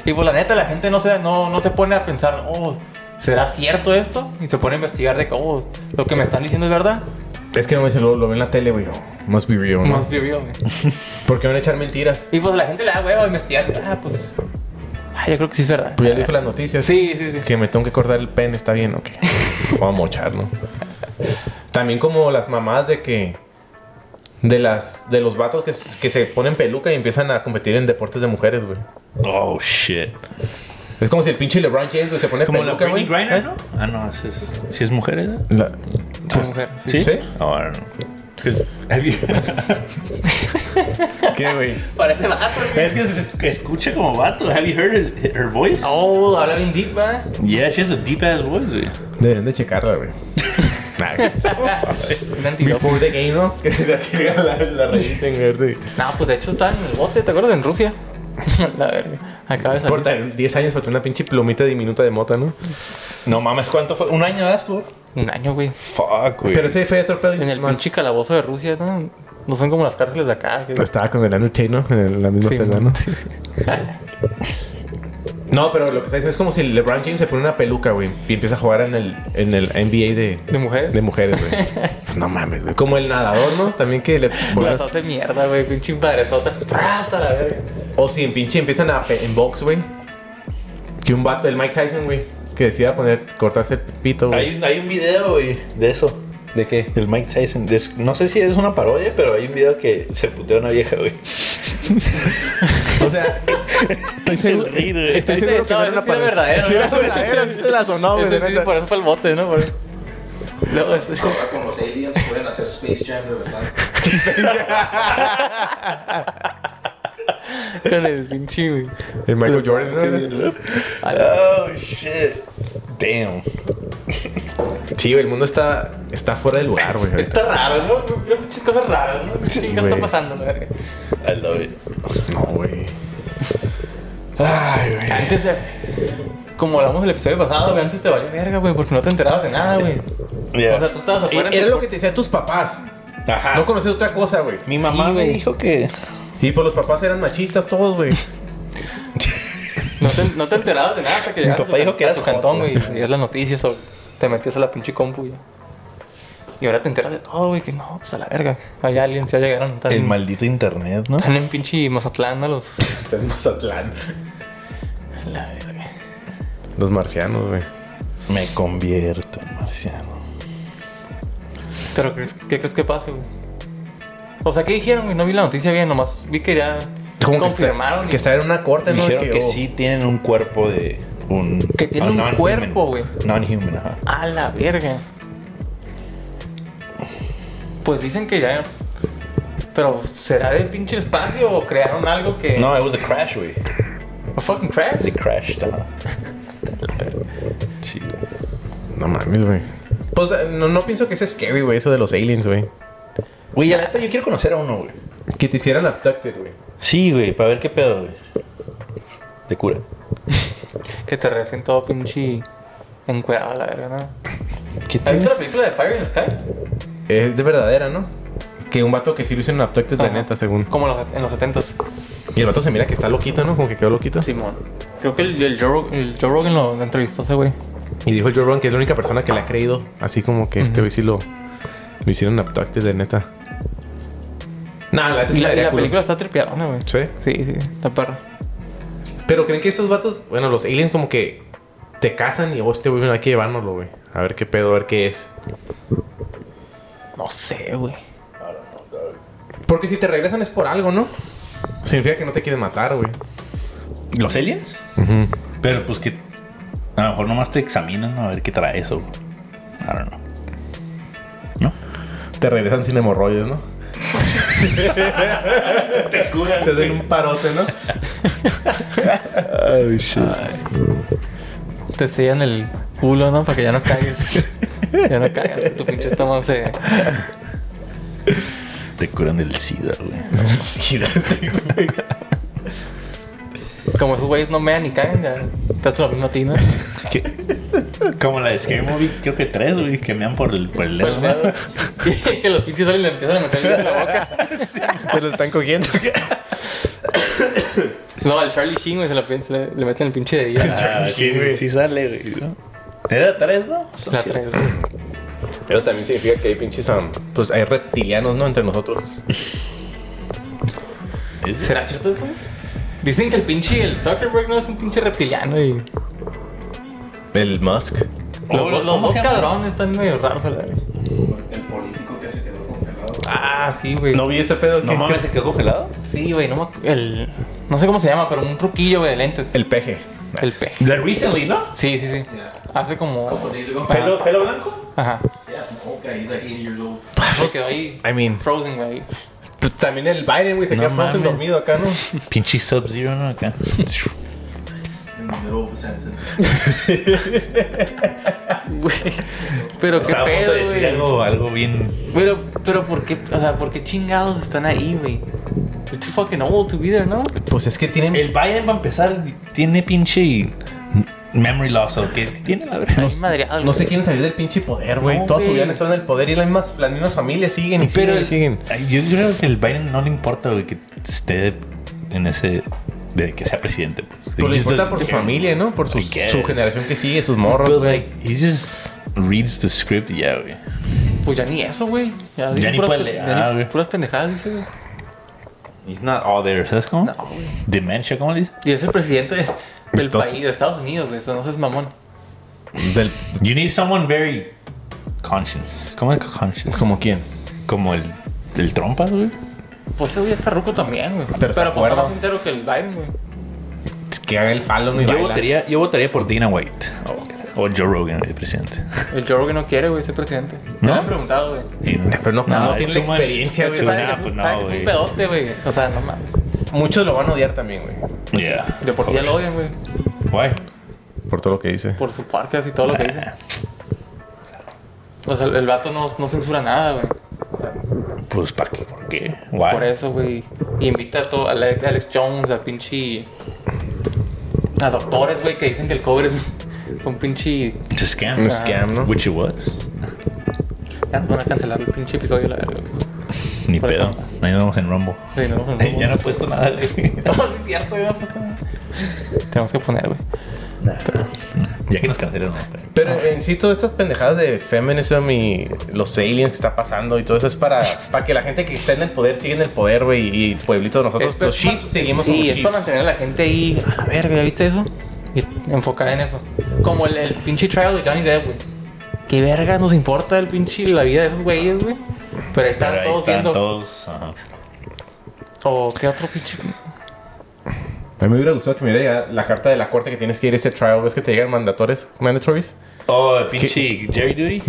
Speaker 3: Y pues la neta, la gente no se, no, no se pone a pensar, oh, ¿será cierto esto? Y se pone a investigar de que, oh, lo que me están diciendo es verdad.
Speaker 2: Es que no me dice, lo, lo ve en la tele, güey. yo, Must be real, ¿no?
Speaker 3: Más vivió, güey.
Speaker 2: Porque van a echar mentiras.
Speaker 3: Y pues la gente le da hueva a investigar. Ah, pues. Ah, yo creo que sí es verdad.
Speaker 2: Pues ya le dijo las noticias.
Speaker 3: Sí, sí, sí.
Speaker 2: Que me tengo que cortar el pen, está bien, ok. Vamos a mochar, ¿no? También como las mamás de que. De las. De los vatos que, s- que se ponen peluca y empiezan a competir en deportes de mujeres, güey.
Speaker 1: Oh, shit.
Speaker 2: Es como si el pinche LeBron James güey, se pone
Speaker 1: Como la
Speaker 2: peluca,
Speaker 1: Britney
Speaker 2: güey. ¿Eh?
Speaker 1: Griner, ¿no? Ah, no, si es, si es mujer, ¿eh?
Speaker 2: La-
Speaker 3: Sí, mujer,
Speaker 2: pues-
Speaker 1: ¿Sí?
Speaker 3: sí.
Speaker 2: ¿Sí?
Speaker 1: Oh, I don't know. 'Cause have you-
Speaker 2: ¿Qué, güey?
Speaker 3: Parece vato, güey.
Speaker 1: es que se se escucha como vato. Have you heard his- her voice?
Speaker 3: Oh, habla bien deep, ¿verdad?
Speaker 1: Yeah, she has a deep ass voice, güey.
Speaker 2: Deberían de checarla, güey. Nah, güey.
Speaker 3: Un antílope.
Speaker 2: Before the game, ¿no? Que la, que la, la revisen, güey. sí.
Speaker 3: No, pues de hecho está en el bote, ¿te acuerdas? En Rusia. La verga. Acaba de
Speaker 2: Por
Speaker 3: salir.
Speaker 2: tener 10 años, faltó una pinche plumita diminuta de mota, ¿no?
Speaker 1: No mames, ¿cuánto fue? ¿Un año das tú?
Speaker 3: Un año, güey.
Speaker 1: Fuck, güey.
Speaker 2: Pero ese fue otro pedo.
Speaker 3: En el
Speaker 2: más-
Speaker 3: pinche calabozo de Rusia, ¿no? No son como las cárceles de acá. que-
Speaker 2: Estaba con el Anu Chain, ¿no? En la misma
Speaker 3: Sí,
Speaker 2: celda,
Speaker 3: ¿no?
Speaker 2: ¿no?
Speaker 3: Sí, sí.
Speaker 2: No, pero lo que está diciendo es como si LeBron James se pone una peluca, güey, y empieza a jugar en el, en el NBA de,
Speaker 3: ¿De mujeres?
Speaker 2: de mujeres, güey. Pues no mames, güey. Como el nadador, ¿no? También que le ponen-
Speaker 3: Las hace mierda, güey. Pinche padresota. ¡Tras a la verga!
Speaker 2: O si en pinche empiezan a... pe- En box, güey. Que un vato, el Mike Tyson, güey, que decía poner... Cortarse el pito, güey.
Speaker 1: Hay, un- hay un video, güey, de eso.
Speaker 2: ¿De qué?
Speaker 1: Del Mike Tyson. De- no sé si es una parodia, pero hay un video que se puteó a una vieja, güey.
Speaker 2: O sea... estoy seguro...
Speaker 1: reír, güey.
Speaker 2: Estoy
Speaker 3: Este-
Speaker 2: seguro que
Speaker 3: no,
Speaker 2: no era
Speaker 3: ese
Speaker 2: una
Speaker 3: sí era
Speaker 2: pared.
Speaker 3: verdadero,
Speaker 2: Sí era
Speaker 3: ¿no?
Speaker 2: verdadero, sí te la sonó, güey.
Speaker 3: Ese
Speaker 2: la
Speaker 3: sí,
Speaker 2: neta.
Speaker 3: por eso fue el bote, ¿no? Por eso. Luego, este. ese-
Speaker 4: Ahora con los aliens pueden hacer Space Jam de verdad.
Speaker 3: con el pinche, güey.
Speaker 2: El Michael Jordan, ¿no?
Speaker 3: A la-
Speaker 1: Oh, shit. Damn.
Speaker 2: Sí, güey, el mundo está... Está fuera del lugar, güey. ahorita.
Speaker 3: Está raro, ¿no? Veo muchas cosas raras, ¿no? ¿Qué chingas
Speaker 2: güey.
Speaker 3: está pasando, la verga?
Speaker 1: I love it.
Speaker 2: No, güey. Ay, güey.
Speaker 3: Antes, eh, como hablamos el episodio pasado, güey, antes te valía verga, güey, porque no te enterabas de nada, güey.
Speaker 1: Yeah.
Speaker 3: O sea, tú estabas afuera.
Speaker 2: Eh, Era lo que te decían tus papás.
Speaker 1: Ajá.
Speaker 2: No conocías otra cosa, güey.
Speaker 1: Mi mamá me
Speaker 3: Sí, güey.
Speaker 1: dijo que.
Speaker 2: Y pues los papás eran machistas todos, güey.
Speaker 3: no, te, no te enterabas de nada hasta que llegaste
Speaker 1: papá
Speaker 3: a tu-
Speaker 1: dijo que
Speaker 3: a
Speaker 1: eras
Speaker 3: tu
Speaker 1: joto.
Speaker 3: cantón, güey, y es las noticias o te metías a la pinche compu, güey. Y ahora te enteras de todo, güey, que no, pues a la verga. Allá alguien se llegaron. Están,
Speaker 1: El maldito internet, ¿no?
Speaker 3: están en pinche Mazatlán, ¿no? Los...
Speaker 2: Está en Mazatlán.
Speaker 3: La verga.
Speaker 2: Los marcianos, güey.
Speaker 1: Me convierto en marciano.
Speaker 3: Pero ¿crees- ¿qué crees que pase, güey? O sea, ¿qué dijeron? güey? No vi la noticia bien, nomás vi que ya
Speaker 2: Como que está-
Speaker 3: confirmaron y-
Speaker 2: Que está en una corte, ¿no?
Speaker 1: Dijeron que,
Speaker 2: oh,
Speaker 1: sí tienen un cuerpo de un.
Speaker 3: Que tienen
Speaker 1: a
Speaker 3: un
Speaker 1: non-human.
Speaker 3: cuerpo, güey.
Speaker 1: Non-human, ajá.
Speaker 3: A la verga. Pues dicen que ya. Pero ¿será del pinche espacio o crearon algo que.
Speaker 1: No, it was a crash, güey.
Speaker 3: ¿A fucking crash?
Speaker 1: They crashed, ajá. Sí.
Speaker 2: No mames, güey. Pues eh, no, no pienso que sea scary, güey, eso de los aliens, güey.
Speaker 1: Güey, la neta, yo quiero conocer a uno, güey.
Speaker 2: Que te hicieran abducted, güey.
Speaker 1: Sí, güey, para ver qué pedo, güey. De cura.
Speaker 3: Que te recen todo pinche. Encuerado, la verga, ¿no?
Speaker 1: ¿Qué
Speaker 3: ¿Has visto la película de Fire in the Sky?
Speaker 2: Es de verdadera, ¿no? Que un vato que sí lo hicieron abducted, la
Speaker 3: Ajá.
Speaker 2: neta, según.
Speaker 3: Como los- en los 70s.
Speaker 2: Y el vato se mira que está loquito, ¿no? Como que quedó loquito.
Speaker 3: Simón. Creo que el, el Joe, Rog- el Joe Rogan lo, lo entrevistó ese güey.
Speaker 2: Y dijo el Joe Rogan que es la única persona que le ha creído. Así como que este güey sí lo, lo hicieron abducted, de neta. Nah, la neta sí
Speaker 3: Y la, y
Speaker 2: daría
Speaker 3: la
Speaker 2: culo.
Speaker 3: película está tripeadona, güey.
Speaker 2: Sí.
Speaker 3: Sí, sí, está perra.
Speaker 2: Pero creen que esos vatos, bueno, los aliens como que te casan y vos te güey, hay que llevárnoslo, güey. A ver qué pedo, a ver qué es.
Speaker 3: No sé, güey.
Speaker 2: Porque si te regresan es por algo, ¿no? Significa que no te quieren matar, güey.
Speaker 1: ¿Los aliens? Pero pues que. A lo mejor nomás te examinan a ver qué trae eso, güey. I don't know. ¿No?
Speaker 2: Te regresan sin hemorroides, ¿no?
Speaker 1: Te curan.
Speaker 2: Te den un parote, ¿no?
Speaker 3: Te sellan el culo, ¿no? Para que ya no caigas. ya no caigas. que Tu pinche estómago se.
Speaker 1: Te curan del SIDA, güey.
Speaker 2: sí, sí, güey.
Speaker 3: Como esos güeyes no mean ni cagan, ya te hacen lo mismo a ti, ¿no?
Speaker 1: Que- Como la de Scary Movie, creo que tres, güey, que mean por el, por el dedo. ¿no?
Speaker 3: Y que los pinches salen y le empiezan a meter el dedo en la boca.
Speaker 2: Te lo están cogiendo.
Speaker 3: No, al Charlie Sheen, güey, se la pin- se le, le meten el pinche de día.
Speaker 1: Ah, sí, güey, sí sale, güey. ¿no? Era tres, ¿no? Son
Speaker 3: La
Speaker 1: siete.
Speaker 3: tres, güey.
Speaker 2: Pero también significa que hay pinches... um, pues hay reptilianos, ¿no? Entre nosotros.
Speaker 1: ¿Es-
Speaker 3: ¿Será cierto eso? Dicen que el pinche el Zuckerberg no es un pinche reptiliano y.
Speaker 2: El Musk.
Speaker 1: Oh,
Speaker 3: Los, los
Speaker 1: ¿cómo
Speaker 3: dos
Speaker 1: se llama?
Speaker 3: cabrones están medio raros, a la verga.
Speaker 4: El político que se quedó congelado.
Speaker 3: Ah, sí, güey.
Speaker 2: No vi ese pedo.
Speaker 1: No
Speaker 2: ¿qué-
Speaker 1: mames,
Speaker 2: qué-
Speaker 1: se quedó congelado.
Speaker 3: Sí, güey, no me. El. No sé cómo se llama, pero un truquillo, güey, de lentes.
Speaker 2: El peje.
Speaker 3: El pe.
Speaker 1: The recently, ¿no?
Speaker 3: Sí, sí, sí.
Speaker 4: Yeah.
Speaker 3: Hace como.
Speaker 4: couple days ago.
Speaker 1: ¿Pelo, pelo blanco?
Speaker 3: Ajá.
Speaker 4: Yeah, some old guy. He's like 80 years old.
Speaker 3: Se quedó ahí.
Speaker 2: I mean...
Speaker 3: Frozen, güey.
Speaker 2: Pues también el Biden, güey, se
Speaker 1: No
Speaker 2: queda frozen
Speaker 1: mames.
Speaker 2: dormido acá, ¿no?
Speaker 1: Pinche Sub-Zero, ¿no? Acá.
Speaker 4: In the middle of a sentence.
Speaker 3: Güey. Pero qué
Speaker 1: Estaba a punto de
Speaker 3: pedo,
Speaker 1: decir
Speaker 3: güey.
Speaker 1: algo, algo bien.
Speaker 3: Pero, pero por qué, o sea, por qué chingados están ahí, güey. They're too fucking old to be there, ¿no?
Speaker 2: Pues es que tienen...
Speaker 1: El Biden, para empezar, tiene pinche memory loss, ¿o qué? Tiene la verdad.
Speaker 3: Ay, madreado,
Speaker 2: No
Speaker 3: güey.
Speaker 2: se quieren salir del pinche poder, güey.
Speaker 1: No,
Speaker 2: Todas su
Speaker 1: güey.
Speaker 2: vida han estado en el poder y las mismas, las mismas familias siguen y siguen y siguen.
Speaker 1: Ay, Yo creo que el Biden no le importa, güey, que esté en ese. de que sea presidente, pues.
Speaker 2: Pues
Speaker 1: He
Speaker 2: les
Speaker 1: just
Speaker 2: importa
Speaker 1: doesn't
Speaker 2: por su
Speaker 1: care.
Speaker 2: familia, ¿no? Por
Speaker 1: I
Speaker 2: sus-
Speaker 1: guess.
Speaker 2: su generación que sigue, sus morros,
Speaker 1: But,
Speaker 2: güey.
Speaker 1: like, he just reads the script y ya, güey.
Speaker 3: Pues ya ni eso, güey. Ya, dice
Speaker 1: ni
Speaker 3: puras
Speaker 1: puede
Speaker 3: pe-
Speaker 1: leer,
Speaker 3: ya ni-
Speaker 1: güey.
Speaker 3: Puras pendejadas, dice, güey.
Speaker 1: He's not all Oh, there, ¿sabes cómo?
Speaker 3: No, güey.
Speaker 1: Dementia, ¿cómo le dice?
Speaker 3: Y es el presidente de- del
Speaker 2: Estos-
Speaker 3: país, de Estados Unidos, güey. Eso no seas mamón.
Speaker 2: Del-
Speaker 1: You need someone very conscious. ¿Cómo es conscious?
Speaker 2: ¿Como quién?
Speaker 1: Como el, el trompas, güey.
Speaker 3: Pues ese güey está ruco también, güey. Pero,
Speaker 2: está
Speaker 3: pues está
Speaker 2: cuerdo.
Speaker 3: más entero que el Biden, güey.
Speaker 2: Que haga el palo, no y
Speaker 1: Yo
Speaker 2: baila.
Speaker 1: votaría, yo votaría por Dina White. Oh, O, o Joe Rogan, el presidente.
Speaker 3: El Joe Rogan no quiere, güey, ese presidente.
Speaker 1: ¿No?
Speaker 3: No me han preguntado, güey.
Speaker 1: Y no-
Speaker 2: Pero no, no
Speaker 1: es
Speaker 2: tiene
Speaker 1: too
Speaker 2: la
Speaker 1: much.
Speaker 2: experiencia,
Speaker 1: Es
Speaker 3: Es que
Speaker 1: too
Speaker 2: güey.
Speaker 1: nah,
Speaker 3: sabe que es, un,
Speaker 1: pues
Speaker 3: sabe que
Speaker 1: no,
Speaker 3: es un
Speaker 1: güey.
Speaker 3: pedote, güey. O sea, no mames.
Speaker 2: Muchos lo van a odiar también, güey.
Speaker 1: Yeah.
Speaker 3: De por sí ya lo odian, güey.
Speaker 1: Why? Eh,
Speaker 2: Por todo lo que dice.
Speaker 3: Por su podcast y todo lo que dice. O sea, el vato no, no censura nada, güey. O sea,
Speaker 1: Pues, ¿para qué? ¿Por qué? Why?
Speaker 3: por eso, güey. Y invita a todo, a Ale- a Alex Jones, a pinche. A doctores, güey, que dicen que el cobre es un- un pinche.
Speaker 1: It's a scam.
Speaker 2: Un scam, ¿no?
Speaker 1: Which it was.
Speaker 3: Ya nos van a cancelar el pinche episodio, la verdad. güey.
Speaker 1: Ni
Speaker 3: Por
Speaker 1: pedo.
Speaker 3: eso.
Speaker 1: Ahí nos vemos en Rumble.
Speaker 3: Sí, no, no, no.
Speaker 1: ya no he puesto nada, güey.
Speaker 3: No, sí es cierto, güey, no pasa nada. Tenemos que poner, güey.
Speaker 1: Ya que nos cancelaron. no, pero-
Speaker 2: Pero en sí, todas estas pendejadas de feminism y los aliens que está pasando y todo eso es para, para que la gente que está en el poder siga en el poder, güey. Y el pueblito de nosotros, los
Speaker 3: para-
Speaker 2: chips, seguimos
Speaker 3: sí,
Speaker 2: como
Speaker 3: es para
Speaker 2: sheeps.
Speaker 3: mantener a la gente ahí. A la verga, ¿ya viste eso? Y enfocada en eso. como el, el pinche trial de Johnny Depp, güey. ¿Qué verga nos importa el pinche la vida de esos güeyes, güey? Pero ahí están
Speaker 1: Pero ahí
Speaker 3: todos
Speaker 1: están
Speaker 3: viendo.
Speaker 1: todos. ajá.
Speaker 3: O qué otro pinche.
Speaker 2: A mí me hubiera gustado que me hubiera llegado la carta de la corte que tienes que ir a ese trial. ¿Ves que te llegan mandatores? ¿Mandatories?
Speaker 1: Oh, el pinche Jerry Duty.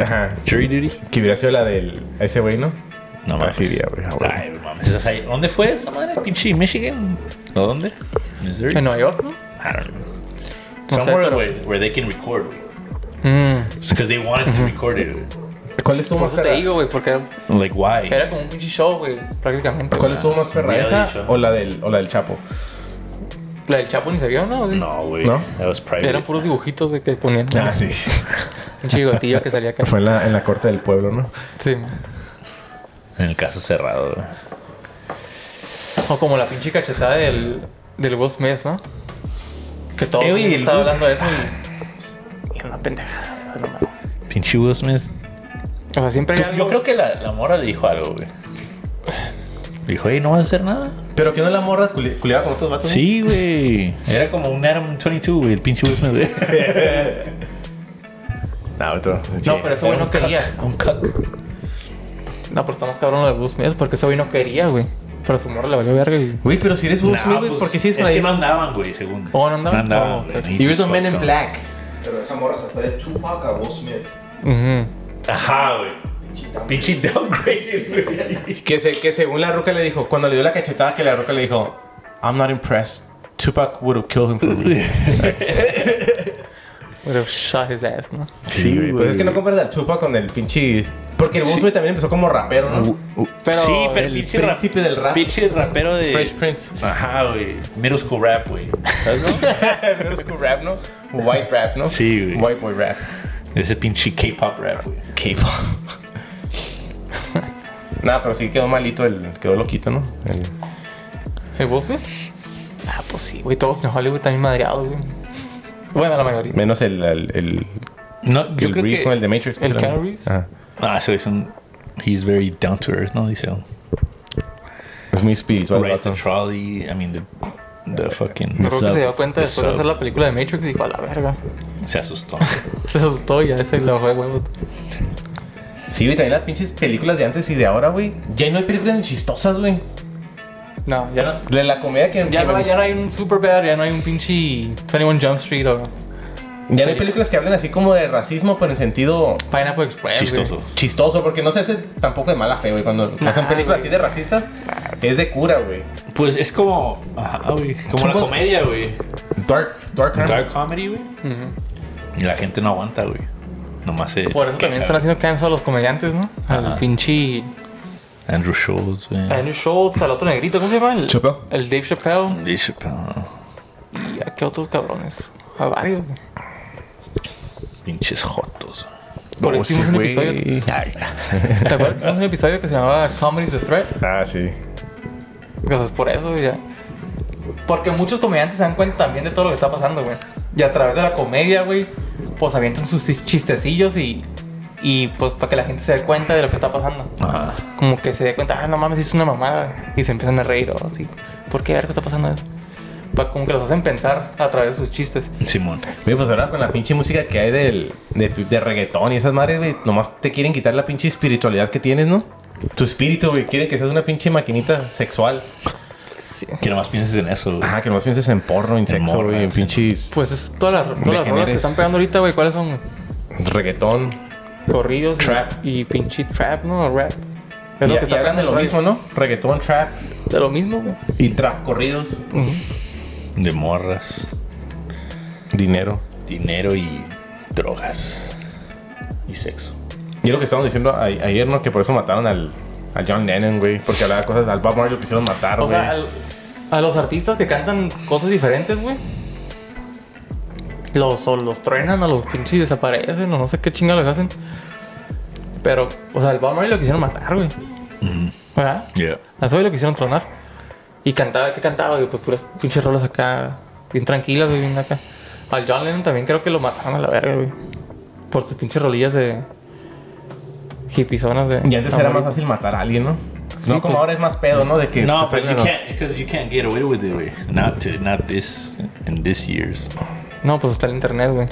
Speaker 2: Ajá.
Speaker 1: Jerry Duty.
Speaker 2: Que hubiera sido la del... a ese güey, ¿no?
Speaker 1: No mames.
Speaker 2: Así, ya, güey, ah, güey.
Speaker 1: Ay, no mames. esas ahí- ¿Dónde fue esa madre? Pinche Michigan. ¿O dónde? Missouri.
Speaker 3: En Nueva York, ¿no?
Speaker 1: I don't know.
Speaker 3: No sé,
Speaker 1: Somewhere
Speaker 3: pero-
Speaker 1: where, where they can record, güey.
Speaker 3: Mm.
Speaker 1: Because they wanted to record it. güey.
Speaker 2: ¿Cuál estuvo
Speaker 3: Por
Speaker 2: más
Speaker 3: eso te
Speaker 2: perra?
Speaker 3: digo, güey, porque era-
Speaker 1: Like, why?
Speaker 3: era como un pinche show, güey, prácticamente.
Speaker 2: ¿Cuál
Speaker 3: güey.
Speaker 2: estuvo más perra?
Speaker 1: Reality
Speaker 2: ¿Esa
Speaker 1: show.
Speaker 2: o la del, o la del Chapo?
Speaker 3: La del Chapo ni se vio, ¿no? güey?
Speaker 1: No, güey.
Speaker 2: No?
Speaker 1: That was private.
Speaker 3: Eran puros dibujitos güey, que ponían.
Speaker 2: Ah, sí.
Speaker 3: Pinche bigotillo que salía acá.
Speaker 2: Fue en la, en la corte del pueblo, ¿no?
Speaker 3: Sí, man.
Speaker 1: En el caso cerrado, güey.
Speaker 3: O como la pinche cachetada del, del Will Smith, ¿no? Que todo
Speaker 1: Eh,
Speaker 3: el
Speaker 1: güey,
Speaker 3: mundo
Speaker 1: el
Speaker 3: estaba
Speaker 1: Will-
Speaker 3: hablando de eso. Y... Era una pendejada. pero no.
Speaker 1: Pinche Will Smith.
Speaker 3: O sea, siempre hay algo.
Speaker 1: Yo creo que la, la mora le dijo algo, güey. Le dijo, hey, ¿no vas a hacer nada?
Speaker 2: ¿Pero que no la morra culi- culiaba con otros vatos?
Speaker 1: Sí, güey. Era como un Adam 22, güey, el pinche Will Smith, güey.
Speaker 2: No, otro.
Speaker 3: No, pero ese güey no
Speaker 1: Un cuck,
Speaker 3: quería.
Speaker 1: Un cuck.
Speaker 3: No, pero estamos cabrón lo de Will Smith porque ese güey no quería, güey. Pero su morra le valió verga y...
Speaker 2: Güey, pero si eres Will Smith,
Speaker 1: Nah,
Speaker 2: güey,
Speaker 1: pues,
Speaker 2: ¿por qué si es
Speaker 1: es
Speaker 2: por ahí?
Speaker 1: que no andaban, güey, según.
Speaker 3: Oh, ¿no andaban? Oh,
Speaker 1: andaban.
Speaker 3: ok.
Speaker 1: güey. He
Speaker 2: Y ves
Speaker 1: just
Speaker 2: a Men in
Speaker 1: fucked some-
Speaker 2: Black.
Speaker 4: Pero esa morra se fue de Tupac a Will Smith.
Speaker 3: Ujú.
Speaker 1: Ajá, güey. Pinche downgrade, güey.
Speaker 2: Que, se- que según la roca le dijo, cuando le dio la cachetada, que la roca le dijo, I'm not impressed. Tupac would have killed him for me.
Speaker 3: Would have shot his ass, ¿no?
Speaker 1: Sí, güey.
Speaker 2: Pues es que no comparas al Tupac con el pinche. Porque el Will Smith también empezó como rapero,
Speaker 3: Uh,
Speaker 2: ¿no?
Speaker 3: Pero
Speaker 1: sí, pero
Speaker 3: el
Speaker 1: pinche rap-
Speaker 2: príncipe del rap.
Speaker 1: Pinche rapero de.
Speaker 2: Fresh Prince.
Speaker 1: Ajá, güey. Middle school rap, güey. ¿Sabes, no?
Speaker 2: Middle school rap, ¿no? White rap, ¿no?
Speaker 1: Sí, güey.
Speaker 2: White boy rap.
Speaker 1: Ese pinche K-pop rap, güey.
Speaker 2: K-pop. Nada, pero sí quedó malito el. Quedó loquito, ¿no? El-
Speaker 3: ¿El Will Smith? Ah, pues sí, güey. Todos en Hollywood también madreados, güey. Bueno, la mayoría.
Speaker 2: menos el. el, el
Speaker 1: No, yo
Speaker 2: el
Speaker 1: creo
Speaker 2: Reeves, ¿no?
Speaker 1: que.
Speaker 2: el de Matrix.
Speaker 3: el
Speaker 2: Ajá.
Speaker 3: Keanu Reeves.
Speaker 2: Ajá.
Speaker 1: Ah, ese güey es un. He's very down to earth, ¿no? Dice.
Speaker 2: Es muy espiritual. el
Speaker 1: Raise the
Speaker 2: vato.
Speaker 1: trolley. I mean, the. The fucking.
Speaker 3: Yo creo que se dio cuenta
Speaker 1: the
Speaker 3: después de
Speaker 1: sub.
Speaker 3: hacer la película de Matrix y dijo, a la verga.
Speaker 1: Se asustó.
Speaker 3: Se asustó y a ese le bajó de huevo.
Speaker 2: Sí, güey, también las pinches películas de antes y de ahora, güey. Ya no hay películas ni chistosas, güey.
Speaker 3: No, ya no.
Speaker 2: De la comedia que.
Speaker 3: Ya
Speaker 2: que
Speaker 3: no,
Speaker 2: me
Speaker 3: ya no hay un Superbad, ya no hay un pinche 21 Jump Street o
Speaker 2: Ya no hay películas que hablen así como de racismo, pero en sentido
Speaker 3: Pineapple Express. güey.
Speaker 1: Chistoso.
Speaker 2: chistoso, porque no se hace tampoco de mala fe, güey. Cuando hacen películas así de racistas, es de cura, güey.
Speaker 1: Pues es como. Ajá, güey. Como
Speaker 2: Son
Speaker 1: la
Speaker 2: cosas-
Speaker 1: comedia, güey.
Speaker 2: Dark, dark, Harmony.
Speaker 1: Dark comedy, güey. Y la gente no aguanta, güey. Nomás se.
Speaker 3: Por eso también
Speaker 1: queja.
Speaker 3: están haciendo canso a los comediantes, ¿no? Al
Speaker 1: Ajá.
Speaker 3: pinche
Speaker 1: Andrew Schultz, güey.
Speaker 3: Andrew Schultz, al otro negrito, ¿cómo se llama? El,
Speaker 2: Chappelle.
Speaker 3: el Dave Chappelle.
Speaker 1: Dave Chappelle.
Speaker 3: ¿Y a qué otros cabrones? A varios, güey.
Speaker 1: Pinches jotos.
Speaker 3: Por
Speaker 2: Oh,
Speaker 3: eso hicimos
Speaker 2: sí,
Speaker 3: un
Speaker 2: güey.
Speaker 3: episodio. ¿Te acuerdas que hicimos un episodio que se llamaba Comedy's the Threat?
Speaker 2: Ah, sí.
Speaker 3: Entonces, por eso güey, ya. Porque muchos comediantes se dan cuenta también de todo lo que está pasando, güey. Y a través de la comedia, güey, pues avientan sus chis- chistecillos y, y pues para que la gente se dé cuenta de lo que está pasando.
Speaker 2: Ah.
Speaker 1: Ajá.
Speaker 3: Como que se dé cuenta, ah, no mames, hizo una mamada. Y se empiezan a reír, o así. ¿Por qué? A ver qué está pasando eso. Pa- como que los hacen pensar a través de sus chistes.
Speaker 1: Simón.
Speaker 2: Güey, pues ahora con la pinche música que hay del, de, de reggaetón y esas madres, güey, nomás te quieren quitar la pinche espiritualidad que tienes, ¿no? Tu espíritu, güey, quieren que seas una pinche maquinita sexual.
Speaker 1: Que nomás pienses en eso, güey.
Speaker 2: Ajá, que nomás pienses en porno, en sexo,
Speaker 1: morras,
Speaker 2: güey, en
Speaker 1: sí.
Speaker 2: pinches
Speaker 3: Pues es todas las, todas las rolas que
Speaker 2: Degeneres.
Speaker 3: están pegando ahorita, güey. ¿Cuáles son? güey?
Speaker 2: reggaetón.
Speaker 3: Corridos y-
Speaker 2: Trap.
Speaker 3: y, pinche trap, ¿no? Rap. Es
Speaker 2: y,
Speaker 3: lo que
Speaker 2: y
Speaker 3: está
Speaker 2: hablan de lo
Speaker 3: pegando
Speaker 2: mismo, ¿no? Reggaetón, trap
Speaker 3: De lo mismo, güey.
Speaker 2: y trap corridos.
Speaker 1: De morras,
Speaker 2: Dinero.
Speaker 1: dinero y drogas. Y sexo.
Speaker 2: Y es lo que estábamos diciendo a- ayer, ¿no? Que por eso mataron al, al John Lennon, güey. Porque hablaba cosas al Bob Marley lo quisieron matar,
Speaker 3: O
Speaker 2: güey.
Speaker 3: sea, al- a los artistas que cantan cosas diferentes, güey. Los, o los truenan o los pinches desaparecen o no sé qué chingados les hacen. Pero, o sea, el Bob Marley lo quisieron matar, güey. ¿Verdad?
Speaker 1: Yeah.
Speaker 3: A eso lo quisieron tronar. Y cantaba, ¿qué cantaba? güey? Pues puras pinches rolas acá, bien tranquilas, güey, bien acá. Al John Lennon también creo que lo mataron a la verga, güey. Por sus pinches rolillas de hippizonas de...
Speaker 2: y antes era más
Speaker 3: amor.
Speaker 2: fácil matar a alguien, ¿no?
Speaker 3: Sí,
Speaker 2: no como
Speaker 3: pues-
Speaker 2: ahora es más pedo, ¿no? De que
Speaker 1: No,
Speaker 2: se
Speaker 1: but
Speaker 2: salen
Speaker 1: you
Speaker 2: a-
Speaker 1: can't because you can't get away with it, güey. Not to, not this in this year's.
Speaker 3: No, pues está el internet, güey.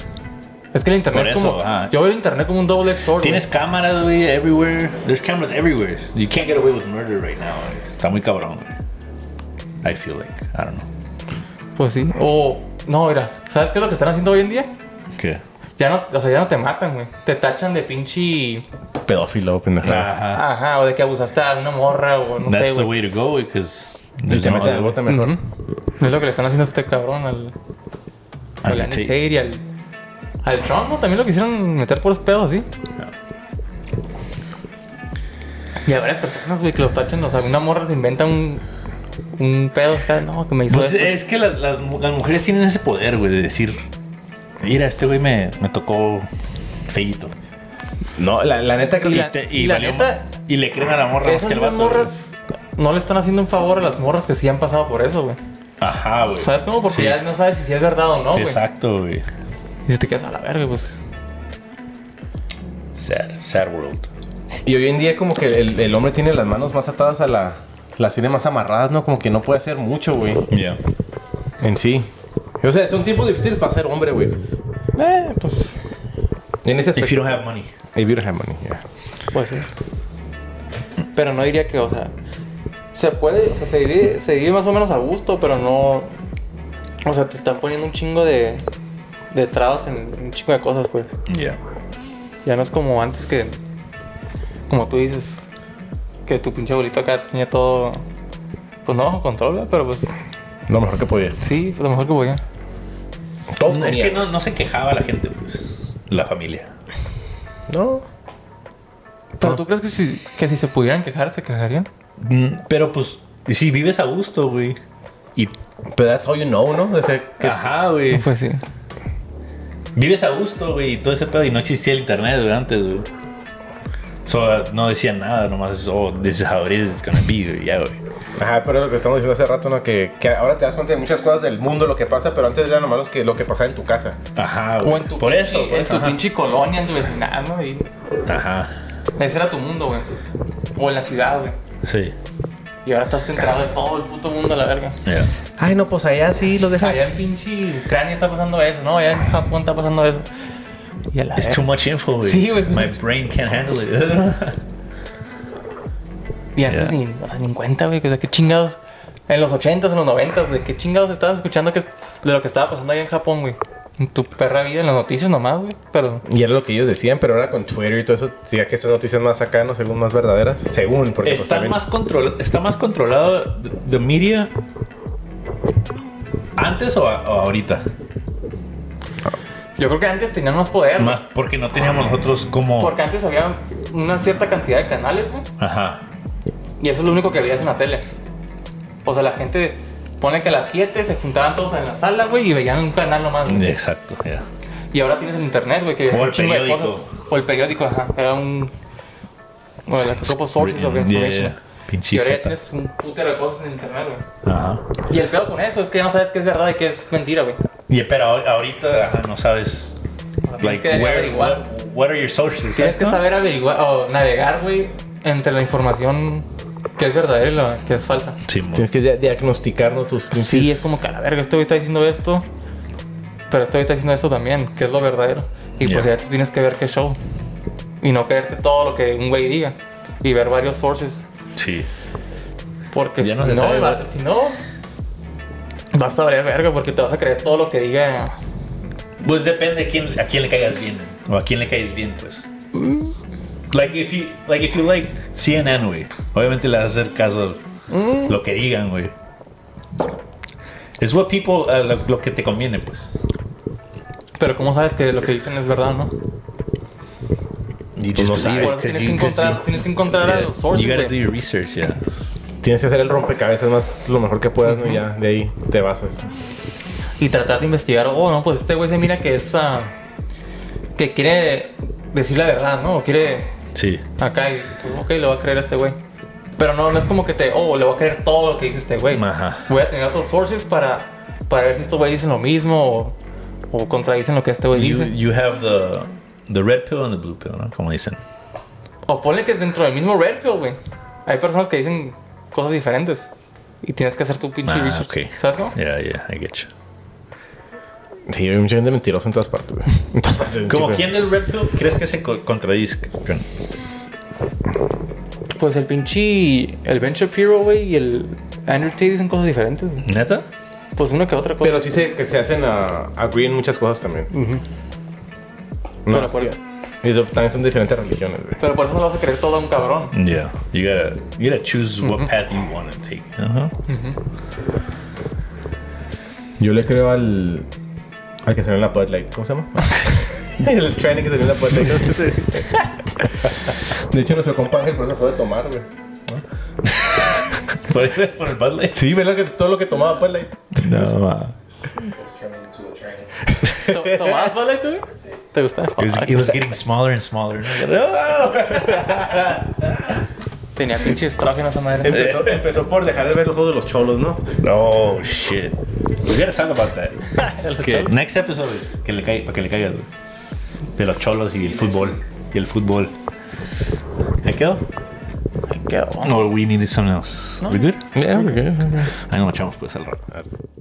Speaker 3: Es que el internet
Speaker 1: Por
Speaker 3: es
Speaker 1: eso,
Speaker 3: como.
Speaker 1: ajá.
Speaker 3: Yo veo el internet como un double edged sword.
Speaker 1: Tienes
Speaker 3: güey.
Speaker 1: cámaras, güey, everywhere. There's cameras everywhere. You can't get away with murder right now. güey. Está muy cabrón, güey. I feel like. I don't know.
Speaker 3: Pues sí. O. No, mira. ¿Sabes qué es lo que están haciendo hoy en día?
Speaker 1: ¿Qué?
Speaker 3: Ya no, o sea, ya no te matan, güey. Te tachan de pinche.
Speaker 2: Pedófilo, pendejadas.
Speaker 1: Ajá.
Speaker 3: Ajá, o de que abusaste a una morra o no
Speaker 1: Ah. That's
Speaker 3: sé,
Speaker 1: the
Speaker 3: güey.
Speaker 1: way to go, güey, because
Speaker 2: Y
Speaker 1: there's
Speaker 2: te
Speaker 1: Pues, no
Speaker 2: meten
Speaker 1: other
Speaker 2: el
Speaker 1: way.
Speaker 2: bote mejor.
Speaker 3: Ujú. Es lo que le están haciendo a este cabrón al.
Speaker 1: Al
Speaker 3: Al Andy
Speaker 1: Tate.
Speaker 3: Tate y al. Al Trump, ¿no? También lo quisieron meter por los pedos así. Y a varias personas, güey, que los tachan. O sea, una morra se inventa un. Un pedo. acá, No, que me hizo
Speaker 1: Pues
Speaker 3: esto.
Speaker 1: es que las, las mu- las mujeres tienen ese poder, güey, de decir, mira, este güey me, me tocó feíto. Este,
Speaker 2: No, la, la neta creo
Speaker 3: Y
Speaker 1: Y,
Speaker 2: que.
Speaker 3: la-
Speaker 1: te-
Speaker 3: y la
Speaker 1: valió-
Speaker 3: neta-
Speaker 1: y le creen a la morra más
Speaker 3: Esas
Speaker 1: que el
Speaker 3: mismas
Speaker 1: vato. güey.
Speaker 3: morras no le están haciendo un favor a las morras que sí han pasado por eso, güey.
Speaker 1: Ajá, güey.
Speaker 3: ¿Sabes cómo? Porque
Speaker 1: Sí.
Speaker 3: ya no sabes si sí es verdad o no, güey.
Speaker 1: Exacto, güey.
Speaker 3: Y si te quedas a la verga, pues.
Speaker 1: Sad, sad world.
Speaker 2: Y hoy en día, como que el, el hombre tiene las manos más atadas a la. Las tiene más amarradas, ¿no? Como que no puede hacer mucho, güey.
Speaker 1: Yeah.
Speaker 2: En sí. O sea, son tiempos difíciles para ser hombre, güey.
Speaker 3: Eh, pues.
Speaker 2: En ese
Speaker 1: If you
Speaker 2: aspecto.
Speaker 1: don't have money.
Speaker 2: If you don't have money, yeah.
Speaker 3: Puede ser. Pero no diría que, o sea. Se puede, o sea, se vive, se vive más o menos a gusto, pero no. O sea, te están poniendo un chingo de. de trabas en un chingo de cosas, pues.
Speaker 1: Yeah.
Speaker 3: Ya no es como antes que. Como tú dices. Que tu pinche abuelito acá tenía todo. Pues no bajo control, ¿verdad? pero pues.
Speaker 2: Lo mejor que podía.
Speaker 3: Sí, pues, lo mejor que podía.
Speaker 2: Todos
Speaker 1: es
Speaker 2: comían.
Speaker 1: que no, no se quejaba la gente, pues. La familia.
Speaker 2: No.
Speaker 3: Pero tú crees que si, que si se pudieran quejar, se quejarían?
Speaker 1: Mm, Pero pues, si vives a gusto, güey. Y,
Speaker 2: Pero that's all you know, ¿no? De ser que-
Speaker 1: ajá, güey.
Speaker 3: Pues sí.
Speaker 1: Vives a gusto, güey, y todo ese pedo. Y no existía el internet, güey, antes, güey. So, no decían nada, nomás, oh, this is how it is, it's gonna be, güey, ya, güey.
Speaker 2: Ajá, pero lo que estamos diciendo hace rato, ¿no? Que, que ahora te das cuenta de muchas cosas del mundo, lo que pasa, pero antes era nomás lo que, lo que pasaba en tu casa.
Speaker 1: Ajá, güey.
Speaker 3: O en tu,
Speaker 1: por
Speaker 3: pinche-
Speaker 1: eso, por
Speaker 3: en
Speaker 1: eso,
Speaker 3: tu
Speaker 1: ajá.
Speaker 3: pinche colonia, en tu vecindad, ¿no? Y
Speaker 1: Ajá,
Speaker 3: ese era tu mundo, güey. O en la ciudad, güey.
Speaker 1: sí.
Speaker 3: Y ahora estás centrado en todo el puto mundo a la verga.
Speaker 1: Yeah.
Speaker 2: Ay, no, pues allá sí los dejan.
Speaker 3: Allá en pinche Ucrania está pasando eso, ¿no? Allá en Japón está pasando eso. Y a la
Speaker 1: It's too
Speaker 3: verga.
Speaker 1: much info, güey.
Speaker 3: Ah, Sí, güey, es too
Speaker 1: My
Speaker 3: much.
Speaker 1: brain can't handle it.
Speaker 3: Y antes
Speaker 1: Yeah.
Speaker 3: ni, o sea, ni en cuenta, güey. O sea, qué chingados. En los 80s, en los 90s, güey. Qué chingados estabas escuchando que es- de lo que estaba pasando allá en Japón, güey. En tu perra vida, en las noticias nomás, güey. Pero
Speaker 2: Y era lo que ellos decían, pero ahora con Twitter y todo eso, ya que son noticias más acá, ¿no? Según más verdaderas. Según, porque pues
Speaker 1: está,
Speaker 2: también-
Speaker 1: más control, está más controlado the- the media antes o, a- o ahorita.
Speaker 3: yo creo que antes tenían más poder.
Speaker 1: Más porque no teníamos nosotros como...
Speaker 3: Porque antes había una cierta cantidad de canales, güey.
Speaker 1: Ajá.
Speaker 3: Y eso es lo único que veías en la tele. O sea, la gente pone que a las 7 se juntaban todos en la sala, güey, y veían un canal nomás. güey.
Speaker 1: Exacto, ya.
Speaker 3: Y ahora tienes el internet, güey, que
Speaker 1: O
Speaker 3: es un
Speaker 1: el
Speaker 3: chingo de
Speaker 1: periódico.
Speaker 3: cosas. O el periódico, ajá. Era un. Bueno, la Copo Sources of
Speaker 1: Yeah,
Speaker 3: Information.
Speaker 1: pinche
Speaker 3: y ahora ya
Speaker 1: Zeta.
Speaker 3: tienes un putero de cosas en internet, güey.
Speaker 1: Ajá.
Speaker 3: Y el peor con eso es que ya no sabes qué es verdad y qué es mentira, güey.
Speaker 1: Y pero ahor- ahorita ajá, no sabes.
Speaker 3: O sea, tienes que averiguar.
Speaker 1: What, what are your sources?
Speaker 3: Tienes que
Speaker 1: ¿no?
Speaker 3: saber averiguar o navegar, güey, entre la información que es verdadera y la que es falsa.
Speaker 1: Sí, mo-
Speaker 2: Tienes que dia- diagnosticarnos tus
Speaker 3: Sí,
Speaker 2: pinches-
Speaker 3: es como que a la verga, este güey está diciendo esto, pero este güey está diciendo esto también, que es lo verdadero. Y pues
Speaker 1: Yeah.
Speaker 3: ya tú tienes que ver qué show. Y no creerte todo lo que un güey diga. Y ver varios sources.
Speaker 1: sí.
Speaker 3: Porque
Speaker 1: Ya
Speaker 3: si
Speaker 1: no
Speaker 3: no,
Speaker 1: se sabe,
Speaker 3: va-
Speaker 1: güey.
Speaker 3: si no, vas a valer verga porque te vas a creer todo lo que diga.
Speaker 1: Pues depende quién, a quién le caigas bien o a quién le caes bien, pues.
Speaker 3: Mm.
Speaker 1: Like if you like if you like CNN, güey. Obviamente le vas a hacer caso
Speaker 3: Mm.
Speaker 1: a lo que digan, güey. Es what people uh, lo, lo que te conviene, pues.
Speaker 3: Pero ¿cómo sabes que lo que dicen es verdad, no?
Speaker 1: Y
Speaker 2: Pues no sabes,
Speaker 3: Por eso tienes que encontrar, tienes que encontrar a los sources,
Speaker 1: You gotta
Speaker 3: güey.
Speaker 1: do your research, yeah.
Speaker 2: Tienes que hacer el rompecabezas más lo mejor que puedas, ¿no? Y ya de ahí te basas.
Speaker 3: y tratar de investigar, oh, no, pues este güey se mira que es, ah, que quiere decir la verdad, ¿no? O quiere
Speaker 1: Sí.
Speaker 3: acá y, pues, ok, le voy a creer a este güey. Pero no, no es como que te, oh, le voy a creer todo lo que dice este güey.
Speaker 1: Ajá.
Speaker 3: Voy a tener otros sources para, para ver si estos güeyes dicen lo mismo o, o contradicen lo que este güey
Speaker 1: You,
Speaker 3: dice.
Speaker 1: you have the the red pill and the blue pill, ¿no? Como dicen.
Speaker 3: O ponle que dentro del mismo Red Pill, güey, hay personas que dicen cosas diferentes. Y tienes que hacer tu pinche
Speaker 1: Ah,
Speaker 3: research.
Speaker 1: ok.
Speaker 3: ¿Sabes cómo?
Speaker 1: Yeah, yeah, I get you.
Speaker 2: Sí, hay mucha gente mentirosa en todas partes, güey. En todas partes.
Speaker 1: ¿Como
Speaker 2: Chico.
Speaker 1: quién del Red Pill crees que se co- contradizca?
Speaker 3: Pues el pinche. El Ben Shapiro, güey, y el Andrew Tate dicen cosas diferentes. güey.
Speaker 1: ¿Neta?
Speaker 3: Pues una que otra cosa.
Speaker 2: Pero sí se, que se hacen a agree en muchas cosas también. No,
Speaker 3: Pero por
Speaker 2: sí.
Speaker 3: eso.
Speaker 2: Y lo- también son diferentes religiones, güey.
Speaker 3: Pero por eso no le vas a creer todo a un cabrón.
Speaker 1: Yeah. You gotta, you gotta choose what path Uh-huh. you want to take. Ajá.
Speaker 2: Yo le creo al. Al que salió en la Bud Light. ¿Cómo se llama? el training que salió en la Bud Light. ¿no? de hecho, nuestro compa Ángel por eso puede tomar, güey.
Speaker 1: ¿Por, por el Bud Light?
Speaker 2: Sí, ¿verdad? Que todo lo que tomaba Bud Light.
Speaker 1: No, ma.
Speaker 4: was turning into a training.
Speaker 3: ¿Te vas, vale, tú? ¿Te gusta?
Speaker 1: It was, it was getting smaller and smaller.
Speaker 3: Tenía pinche estrógeno esa madre.
Speaker 2: Empezó, empezó por dejar de ver los juegos de los cholos, ¿no?
Speaker 1: Oh, shit. Pues We gotta talk about that. Que-
Speaker 3: cholos?
Speaker 1: next episode, que le caiga, para que le caiga, güey. De los cholos y el fútbol. Y el fútbol. ¿Me quedo?
Speaker 2: ¿Qué
Speaker 1: Or we needed something else. We good?
Speaker 2: Yeah, we're good.
Speaker 1: Ahí nos marchamos pues al rato.